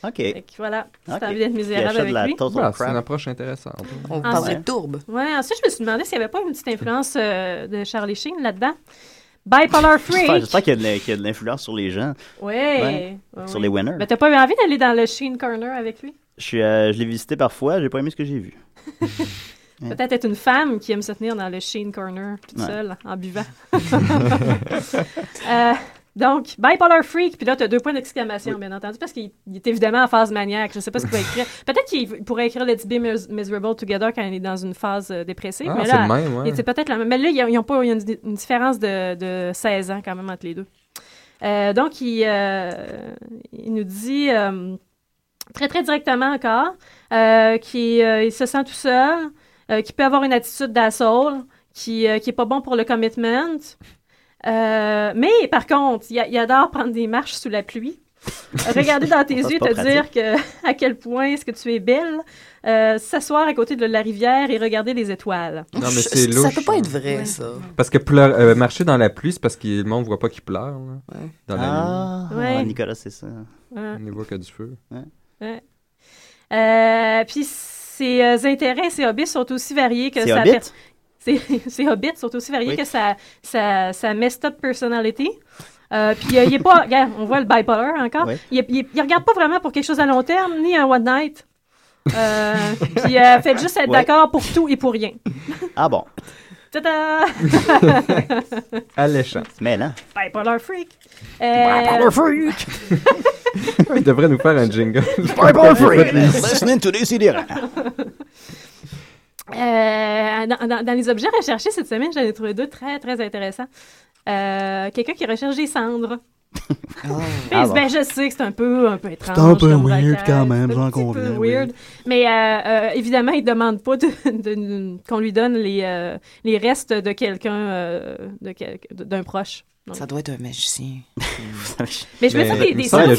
S5: OK.
S10: Fait que voilà, si
S5: Ok.
S10: t'as envie d'être misérable avec lui.
S7: Voilà, Bah, Ah, c'est une approche intéressante.
S8: On
S10: Ensuite- Ah Ouais, ensuite, je me suis demandé s'il n'y avait pas une petite influence euh, de Charlie Sheen là-dedans. Bipolar
S5: J'espère
S10: Freak.
S5: j'espère qu'il y a de l'in- qu'il y a de l'influence sur les gens.
S10: Ouais.
S5: Ouais.
S10: Ouais,
S5: Sur
S10: ouais.
S5: les winners.
S10: Mais t'as pas eu envie d'aller dans le Sheen Corner avec lui?
S5: Je, suis, euh, je l'ai visité parfois, j'ai pas aimé ce que j'ai vu. Ouais.
S10: Peut-être être une femme qui aime se tenir dans le Sheen Corner toute
S5: Ouais.
S10: seule en buvant. [LAUGHS] Euh, donc, Bipolar Freak, puis là, t'as deux points d'exclamation, bien entendu, parce qu'il il est évidemment en phase maniaque. Je sais pas ce
S5: [LAUGHS]
S10: qu'il va écrire. Peut-être qu'il pourrait écrire Let's Be Mis- Miserable Together quand il est dans une phase euh, dépressive.
S7: Ah,
S10: mais
S7: c'est
S10: là,
S7: le même, ouais.
S10: il- c'est peut-être la même. Mais là, ils ont- ils ont pas, il y a une, di- une différence de, de 16 ans quand même entre les deux. Euh, donc, il, euh, il nous dit euh, très, très directement encore euh, qu'il euh, il se sent tout seul, euh, qu'il peut avoir une attitude d'assaut, qui n'est pas bon pour le commitment. Euh, mais par contre, il, a- il adore prendre des marches sous la pluie. Regarder dans tes
S13: Ça, c'est
S10: yeux,
S13: pas
S10: te
S13: pratique.
S10: dire que, [LAUGHS] à quel point est-ce que tu es belle, euh, s'asseoir à côté de la rivière et regarder les étoiles.
S7: Non, mais c'est
S8: Ça
S7: louche. hein.
S8: peut pas être vrai, ça.
S7: Parce que pleure- euh, marcher dans la pluie, c'est parce que le monde voit pas qu'il pleure. là, Dans
S5: Ah,
S7: la nuit.
S10: Ouais.
S5: Nicolas, c'est ça.
S10: Ouais.
S7: Il ne voit que du feu.
S10: Ouais. Euh, puis ses euh, intérêts, ses hobbies sont aussi variés que
S7: Ses
S10: sa
S7: hobbits?
S10: per- [LAUGHS] Ses, ses hobbies sont aussi variés
S7: Oui.
S10: que sa, sa, sa messed up personality. Euh, puis euh, il est pas,
S7: [LAUGHS]
S10: regarde, on voit le bipolar encore.
S13: Oui.
S10: Il, est- il est- il regarde pas vraiment pour quelque chose à long terme ni un one night.
S7: [LAUGHS]
S10: Euh, puis euh, faites juste être
S5: Ouais.
S10: d'accord pour tout et pour rien.
S5: Ah bon.
S10: Ta-da!
S7: Alléchant. [LAUGHS]
S5: Mais
S10: [LAUGHS]
S5: là.
S10: bipolar freak. Euh,
S7: Bipolar
S10: freak.
S7: Il devrait nous faire un jingle.
S5: Ah,
S4: Bible
S10: [LAUGHS]
S4: Freak! Listening to this
S10: Euh, dans, dans- dans les objets recherchés cette semaine, j'en ai trouvé deux très, très intéressants. Euh, Quelqu'un qui recherche des cendres. Puis il
S13: Ah
S10: dit,
S13: bon.
S5: [LAUGHS]
S10: ben, je sais que c'est un peu, un peu étrange. comme vocale, c'est un petit peu weird. Mais euh, euh, évidemment, il ne demande pas de- [LAUGHS] de- qu'on lui donne les, euh, les restes de quelqu'un, euh, de quel- d'un proche. Donc,
S8: Ça doit être un magicien.
S10: Mais je me
S13: Ben,
S10: dis, des, des cendres- C'est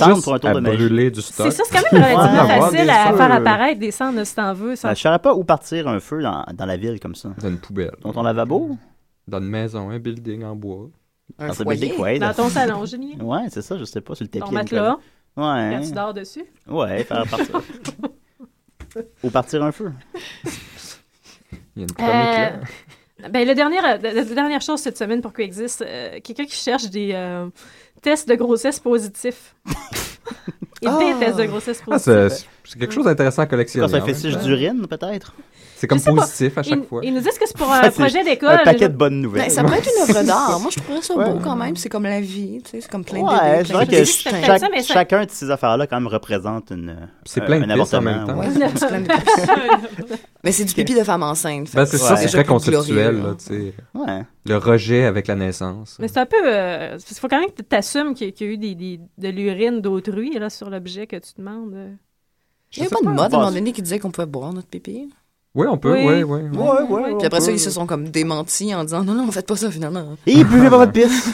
S10: ça, c'est quand même
S13: [LAUGHS]
S10: relativement facile à faire apparaître des cendres si t'en veux. sans-
S5: Je ne saurais pas où partir un feu dans, dans la ville comme ça.
S7: Dans une poubelle.
S5: Dans ton lavabo?
S7: Dans une maison, un building en bois.
S5: Un
S7: Ah,
S5: Dans un foyer? building, ouais.
S13: hein.
S10: Dans ton salon, Julien.
S5: Ouais, c'est ça, je sais pas, sur le tapis.
S10: Ton
S5: à
S10: matelas.
S5: Nicolas. Ouais.
S10: Quand tu
S13: Hein.
S10: dors dessus.
S5: Ouais,
S10: [LAUGHS]
S5: faire partir. Ou partir un feu.
S7: Il y a une
S10: Euh, ben, le dernier, euh, la, la dernière chose cette semaine pour Craigslist, euh, quelqu'un qui cherche des euh, tests de grossesse positifs. Et des
S13: Ah.
S10: tests de grossesse
S7: Ah,
S10: positifs.
S7: c'est c'est quelque chose d'intéressant à collectionner.
S5: C'est un
S7: en même
S5: fétiche
S7: temps.
S5: d'urine, peut-être?
S7: C'est comme
S10: Je sais pas.
S7: positif à chaque
S10: Ils-
S7: fois.
S10: Ils nous disent que c'est pour
S5: Ça,
S10: un
S5: c'est
S10: projet d'école.
S5: un paquet de bonnes nouvelles.
S8: Ben, ça pourrait être une œuvre d'art. Moi, je trouverais ça
S5: Ouais.
S8: beau quand même. C'est comme la vie, tu sais, c'est comme plein de
S5: Ouais,
S8: bébés,
S5: je
S8: plein
S5: dirais
S8: de
S5: que
S8: petits putains.
S5: chaque- chacun de ces affaires-là, quand même, représente une, euh,
S7: C'est
S5: un-
S7: plein
S10: Euh,
S7: de
S5: un
S7: pistes en
S5: avortement,
S7: même temps.
S5: ouais.
S8: Ouais, c'est plein de pistes. Mais c'est du pipi de femme enceinte. fait
S7: Ben,
S8: que
S7: c'est ça, c'est
S8: déjà
S7: très
S8: plus glorieux,
S7: conceptuel.
S8: là.
S7: Là, tu sais.
S5: Ouais.
S7: Le rejet avec la naissance.
S10: Mais c'est un peu. euh, Il faut quand même que tu t'assumes qu'il y, a- qu'il y a eu des, des- de l'urine d'autrui là, sur l'objet que tu demandes. euh.
S8: Il n'y avait pas de mode à un moment donné qui disait qu'on pouvait boire notre pipi.
S7: Oui, on peut,
S10: Oui.
S7: oui, oui.
S10: Ouais, ouais, ouais,
S8: Puis
S10: on
S8: après ça,
S10: peut.
S8: ils se sont comme démentis en disant non, non, faites pas ça finalement.
S5: Et buvez pas votre pisse.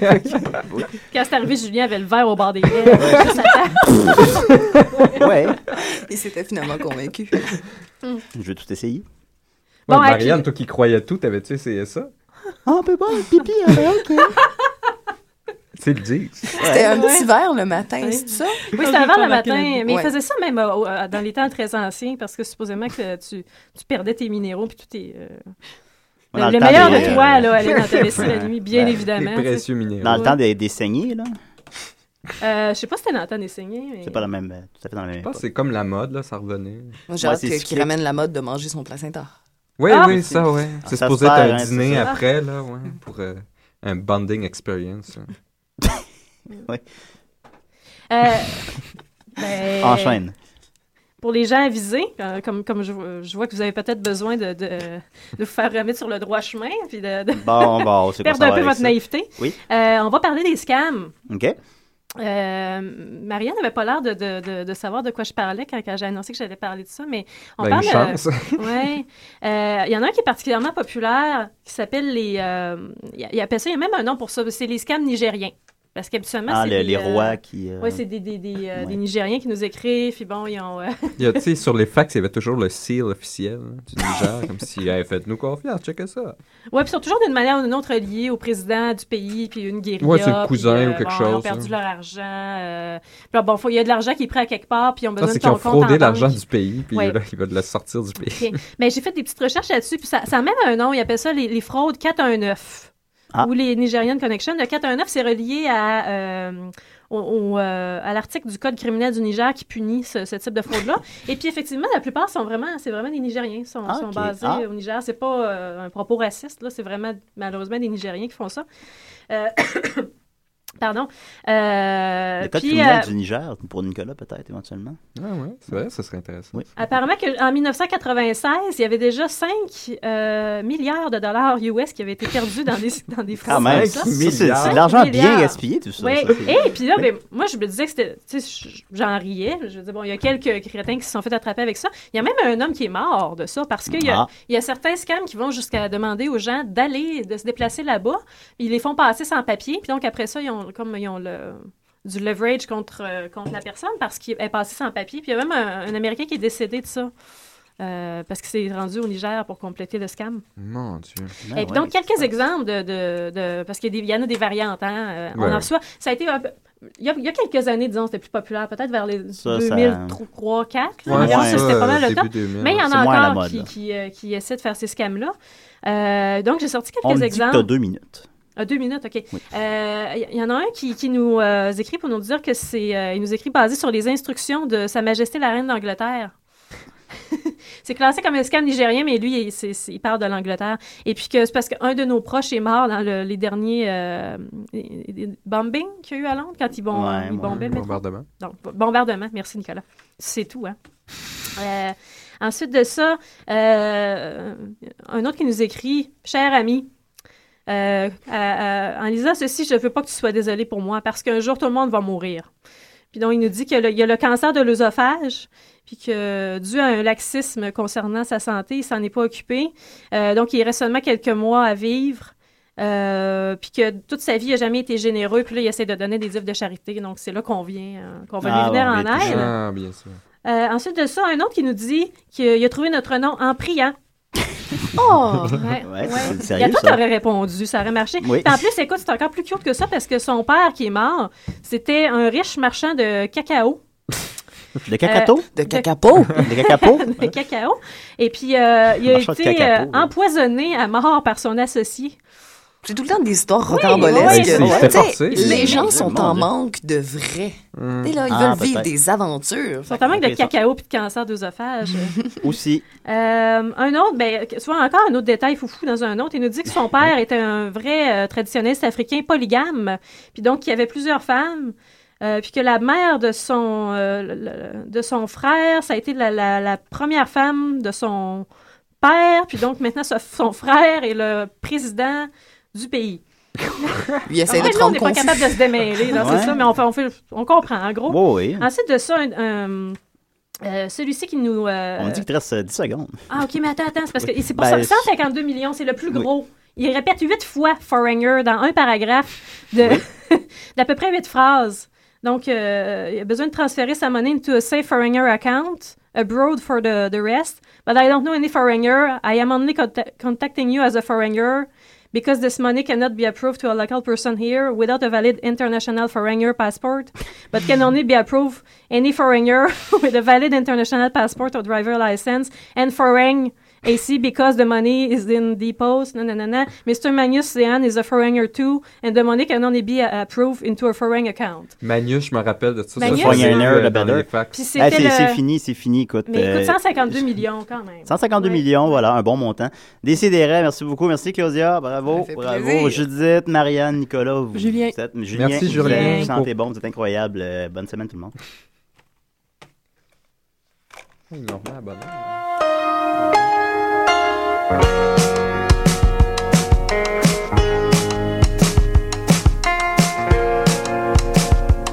S10: Quand c'est arrivé, Julien avait le verre au bord des lèvres. juste à temps.
S5: Ouais.
S8: Il s'était finalement [LAUGHS] convaincu.
S5: Je vais tout essayer.
S7: Ouais,
S10: Bon, avec
S7: Marianne,
S10: les-
S7: toi qui croyais tout, t'avais-tu essayé ça?
S5: Ah, on peut boire le pipi, ah, ben, ok.
S7: C'est le dit.
S8: C'était un petit
S10: Ouais.
S8: verre le matin, c'est ça?
S10: Oui, c'était avant le matin, mais
S8: Ouais.
S10: ils faisaient ça même euh, au- euh, dans les temps très anciens, parce que supposément que tu, tu perdais tes minéraux, puis tout tes... euh,
S5: Ouais, dans
S10: le,
S5: le temps
S10: meilleur
S5: des-
S10: de toi, là, allait dans ta
S5: Ouais.
S10: vessie
S5: [LAUGHS]
S10: la nuit, bien
S5: Ouais.
S10: évidemment. tu sais.
S5: Dans le
S10: Ouais.
S5: temps des, des saignées, là.
S10: Euh, je sais pas si c'était dans le temps des saignées, mais...
S5: C'est pas la même, euh, tout à fait dans la même
S7: Je pense
S5: époque.
S7: que c'est comme la mode, là, ça revenait.
S8: Moi, j'ai hâte que- qu'ils ramènent la mode de manger son placenta.
S7: Oui,
S8: Ah!
S7: oui, ça, oui.
S5: Ah,
S7: C'est
S5: ça
S7: supposé
S5: se
S7: être
S5: perd,
S7: un
S5: hein,
S7: dîner
S5: c'est ça.
S7: après, là, ouais, pour euh, un bonding experience. hein.
S10: Euh,
S5: [LAUGHS]
S10: ben,
S7: Enchaîne.
S10: Pour les gens avisés, euh, comme, comme je, vois- je vois que vous avez peut-être besoin de, de, de vous faire remettre sur le droit chemin, puis de, de
S5: Bon, bon, c'est quoi
S10: perdre
S5: ça
S10: un
S5: va
S10: peu
S5: avec
S10: votre
S5: ça?
S10: naïveté,
S5: Oui.
S10: euh, on va parler des scams.
S5: OK.
S10: Euh, Marianne n'avait pas l'air de, de- de- de savoir de quoi je parlais quand, quand j'ai annoncé que j'allais parler de ça, mais on
S7: Ben,
S10: parle.
S7: une chance.
S10: ouais. Euh, Il y en a un qui est particulièrement populaire, qui s'appelle les. euh, Il il appelle ça, il y a même un nom pour ça, c'est les scams nigériens. Parce qu'habituellement,
S5: Ah,
S10: c'est
S5: le-
S10: des,
S5: les
S10: euh,
S5: rois qui, euh,
S10: ouais, c'est des, des, des, euh, des Nigériens qui nous écrivent, puis bon, ils ont. euh,
S7: [LAUGHS] Il y a, tu sais, sur les fax, il y avait toujours le seal officiel hein, du Niger, comme si, hey, faites-nous confiance, checkez
S10: Bah,
S7: ça.
S10: Ouais, puis ils sont toujours d'une manière ou d'une autre liés au président du pays, puis une guérilla.
S7: Ouais, c'est le
S10: puis,
S7: cousin
S10: euh,
S7: ou quelque
S10: bon, Ils ont
S7: chose,
S10: perdu
S7: hein.
S10: leur argent. euh, puis là, bon, faut- il y a de l'argent qui est pris à quelque part, puis ils ont
S7: Ça,
S10: besoin
S7: c'est
S10: de
S7: qu'ils
S10: ton
S7: ont
S10: compte. en
S7: fraudé
S10: banque.
S7: l'argent du pays, puis
S10: Ouais.
S7: là, ils veulent le sortir du
S10: [LAUGHS]
S7: pays.
S10: Ok. Mais j'ai fait des petites recherches là-dessus, puis ça, ça amène à un nom. Ils appellent ça les, les fraudes 419
S7: Ah.
S10: ou les Nigerian Connection. Le 419, c'est relié à, euh, au- au, euh, à l'article du Code criminel du Niger qui punit ce, ce type de fraude-là. Et puis, effectivement, la plupart sont vraiment, c'est vraiment des Nigériens, sont,
S13: Ah,
S10: sont
S13: ok.
S10: basés
S13: Ah.
S10: au Niger. C'est pas euh, un propos raciste, là. C'est vraiment, malheureusement, des Nigériens qui font ça. Euh, [COUGHS] Pardon. Euh,
S5: Le code
S10: puis,
S5: criminel
S10: euh,
S5: du Niger, pour Nicolas peut-être, éventuellement.
S7: Ah ouais, c'est vrai, ça serait intéressant.
S10: Apparemment qu'en 1996, il y avait déjà 5 euh, milliards de dollars US qui avaient été perdus dans des, dans
S5: [LAUGHS]
S10: des fraudes
S5: Quand même,
S10: comme ça.
S5: ça, c'est- c'est de l'argent bien gaspillé, tout Ah, ça.
S10: Oui,
S5: Ça, c'est-
S10: et puis là,
S5: Mais-
S10: ben, moi, je me disais que c'était. Tu sais, je- j'en riais. Je me disais, bon, il y a quelques crétins qui se sont fait attraper avec ça. Il y a même un homme qui est mort de ça parce qu'il y, a-
S13: Ah.
S10: il y a certains scams qui vont jusqu'à demander aux gens d'aller, de se déplacer là-bas. Ils les font passer sans papier. Puis donc, après ça, ils ont, comme, ils ont le, du leverage contre, euh, contre la personne parce qu'elle est passée sans papier. Puis il y a même un, un Américain qui est décédé de ça. euh, parce qu'il s'est rendu au Niger pour compléter le scam.
S7: Mon Dieu.
S10: euh,
S5: Ah
S10: Et puis donc, quelques exemples de... de- de- parce qu'il y a des- il y en a des variantes. hein, euh,
S7: Ouais,
S10: on en
S7: ouais.
S10: reçoit... Ça a été... un peu- il y, a, il y a quelques années, disons, c'était plus populaire, peut-être vers les
S5: Ça,
S10: 2003, 2004.
S5: Ouais,
S10: là.
S5: ouais,
S10: Ça, c'était
S5: ouais,
S10: pas mal le
S5: début
S10: temps.
S5: 2000,
S10: Mais il y en
S5: Euh, c'est
S10: a
S5: moins à la
S10: encore
S5: mode,
S10: qui,
S5: là.
S10: qui, euh, qui essaient de faire ces scams-là. Euh, donc, j'ai sorti quelques
S5: On me dit que
S10: exemples.
S5: t'as deux minutes.
S10: Ah, deux minutes, OK. Euh, Il y- y en a un qui, qui nous euh, écrit pour nous dire que c'est. euh, il nous écrit basé sur les instructions de Sa Majesté la Reine d'Angleterre. [LAUGHS] c'est classé comme un scam nigérien, mais lui, il, c'est- c'est- il parle de l'Angleterre. Et puis que c'est parce qu'un de nos proches est mort dans le- les derniers euh, les- les bombings qu'il y a eu à Londres quand ils, bom-
S7: Ouais,
S10: ils
S7: ouais,
S10: bombaient le métro.
S7: bombardement.
S10: Donc, bo- bombardement. Merci, Nicolas. C'est tout, hein? Euh, ensuite de ça, euh, un autre qui nous écrit Cher ami, euh, à- à- en lisant ceci, je ne veux pas que tu sois désolé pour moi parce qu'un jour, tout le monde va mourir. Puis donc, il nous dit qu'il y a le cancer de l'œsophage, puis que dû à un laxisme concernant sa santé, il s'en est pas occupé. Euh, donc, il reste seulement quelques mois à vivre. Euh, puis que toute sa vie, il n'a jamais été généreux. Puis là, il essaie de donner des œuvres de charité. Donc, c'est là qu'on vient, euh, qu'on va
S7: Ah,
S10: lui venir
S7: bon,
S10: en
S7: bien touché.
S10: aide.
S7: Ah, bien sûr.
S10: Euh, ensuite de ça, un autre qui nous dit qu'il a trouvé notre nom
S5: [LAUGHS]
S10: en priant. Oh! Ouais,
S5: Ouais, c'est sérieux,
S10: Et à toi,
S5: ça.
S10: t'aurais répondu, ça aurait marché.
S5: Oui.
S10: Puis en plus, écoute, c'est encore plus cute que ça parce que son père qui est mort, c'était un riche marchand de cacao. [LAUGHS]
S5: De cacato?
S10: Euh, De cacapo.
S5: De
S10: [LAUGHS]
S5: cacapo?
S10: de cacao. Et puis, euh, il a
S5: Marchand de
S10: été
S5: cacao,
S10: euh, empoisonné à mort par son associé.
S8: J'ai tout le temps des histoires
S10: Oui,
S8: rocambolesques.
S10: oui, c'est-
S7: Ben,
S8: Ouais.
S10: c'était
S8: Tu sais,
S10: forcé.
S8: Les
S10: Oui.
S8: gens sont en
S10: Mon Dieu.
S8: manque de vrai.
S5: Hmm.
S8: Et là, ils
S5: Ah,
S8: veulent vivre
S5: peut-être.
S8: des aventures.
S10: Ils sont en manque de
S5: Ok, ça-
S10: cacao puis de
S5: [LAUGHS]
S10: cancer d'œsophage.
S5: Aussi.
S10: Euh, un autre, ben, que- soit encore un autre détail foufou dans un autre, il nous dit que son père était un vrai euh, traditionnaliste africain polygame, puis donc qu'il y avait plusieurs femmes, euh, puis que la mère de son, euh, le- le- de son frère, ça a été la, la- la première femme de son père, puis donc maintenant ce- son frère est le président du pays.
S8: Il essaie
S10: Ah ouais,
S8: de te
S10: là, on
S8: rendre
S10: n'est pas
S8: confus.
S10: capable de se démêler, là,
S8: Ouais.
S10: c'est ça, mais on, fait, on, fait- on comprend, en gros.
S5: Oui, oui.
S10: Ensuite de ça, un- un- euh, celui-ci qui nous... euh,
S5: On me dit qu'il te reste euh, 10 secondes.
S10: ah, OK, mais attends, attends, c'est parce que
S5: Oui.
S10: c'est pour
S5: Ben,
S10: ça que 152 millions, c'est le plus
S5: Oui.
S10: gros. Il répète huit fois Foreigner dans un paragraphe de, [LAUGHS] d'à peu près huit phrases. Donc, euh, il a besoin de transférer sa monnaie into a safe Foreigner account, abroad for the, the rest. But I don't know any Foreigner. I am only conta- contacting you as a Foreigner because this money cannot be approved to a local person here without a valid international foreigner passport, but can only be approved any foreigner [LAUGHS] with a valid international passport or driver license and foreign AC because the money is in the post. No, no, no, no. Mr. Magnus Zehan is a foreigner too, and the money can only be uh, approved into a foreign account.
S7: Manus, je me rappelle de tout ça.
S10: Manus,
S7: ça, c'est
S10: Soignez un
S7: dans
S5: heure, le
S7: dans les
S5: better.
S7: fax.
S10: Puis
S5: Ah,
S10: c'était
S5: c'est
S10: le-
S5: c'est fini, c'est fini. Écoute,
S10: Mais il
S5: euh,
S10: coûte 152 millions quand même.
S5: 152 millions, voilà, un bon montant. Décidérez, merci beaucoup. Merci Claudia, bravo.
S10: fait
S5: Bravo
S10: plaisir.
S5: Judith, Marianne, Nicolas. vous-
S10: Julien.
S5: vous êtes- Julien,
S7: Merci,
S5: vous
S7: Julien.
S5: êtes- Vous sentez bon, vous êtes incroyable. Euh, bonne semaine tout le monde.
S7: Ils l'ont remis à bonne heure.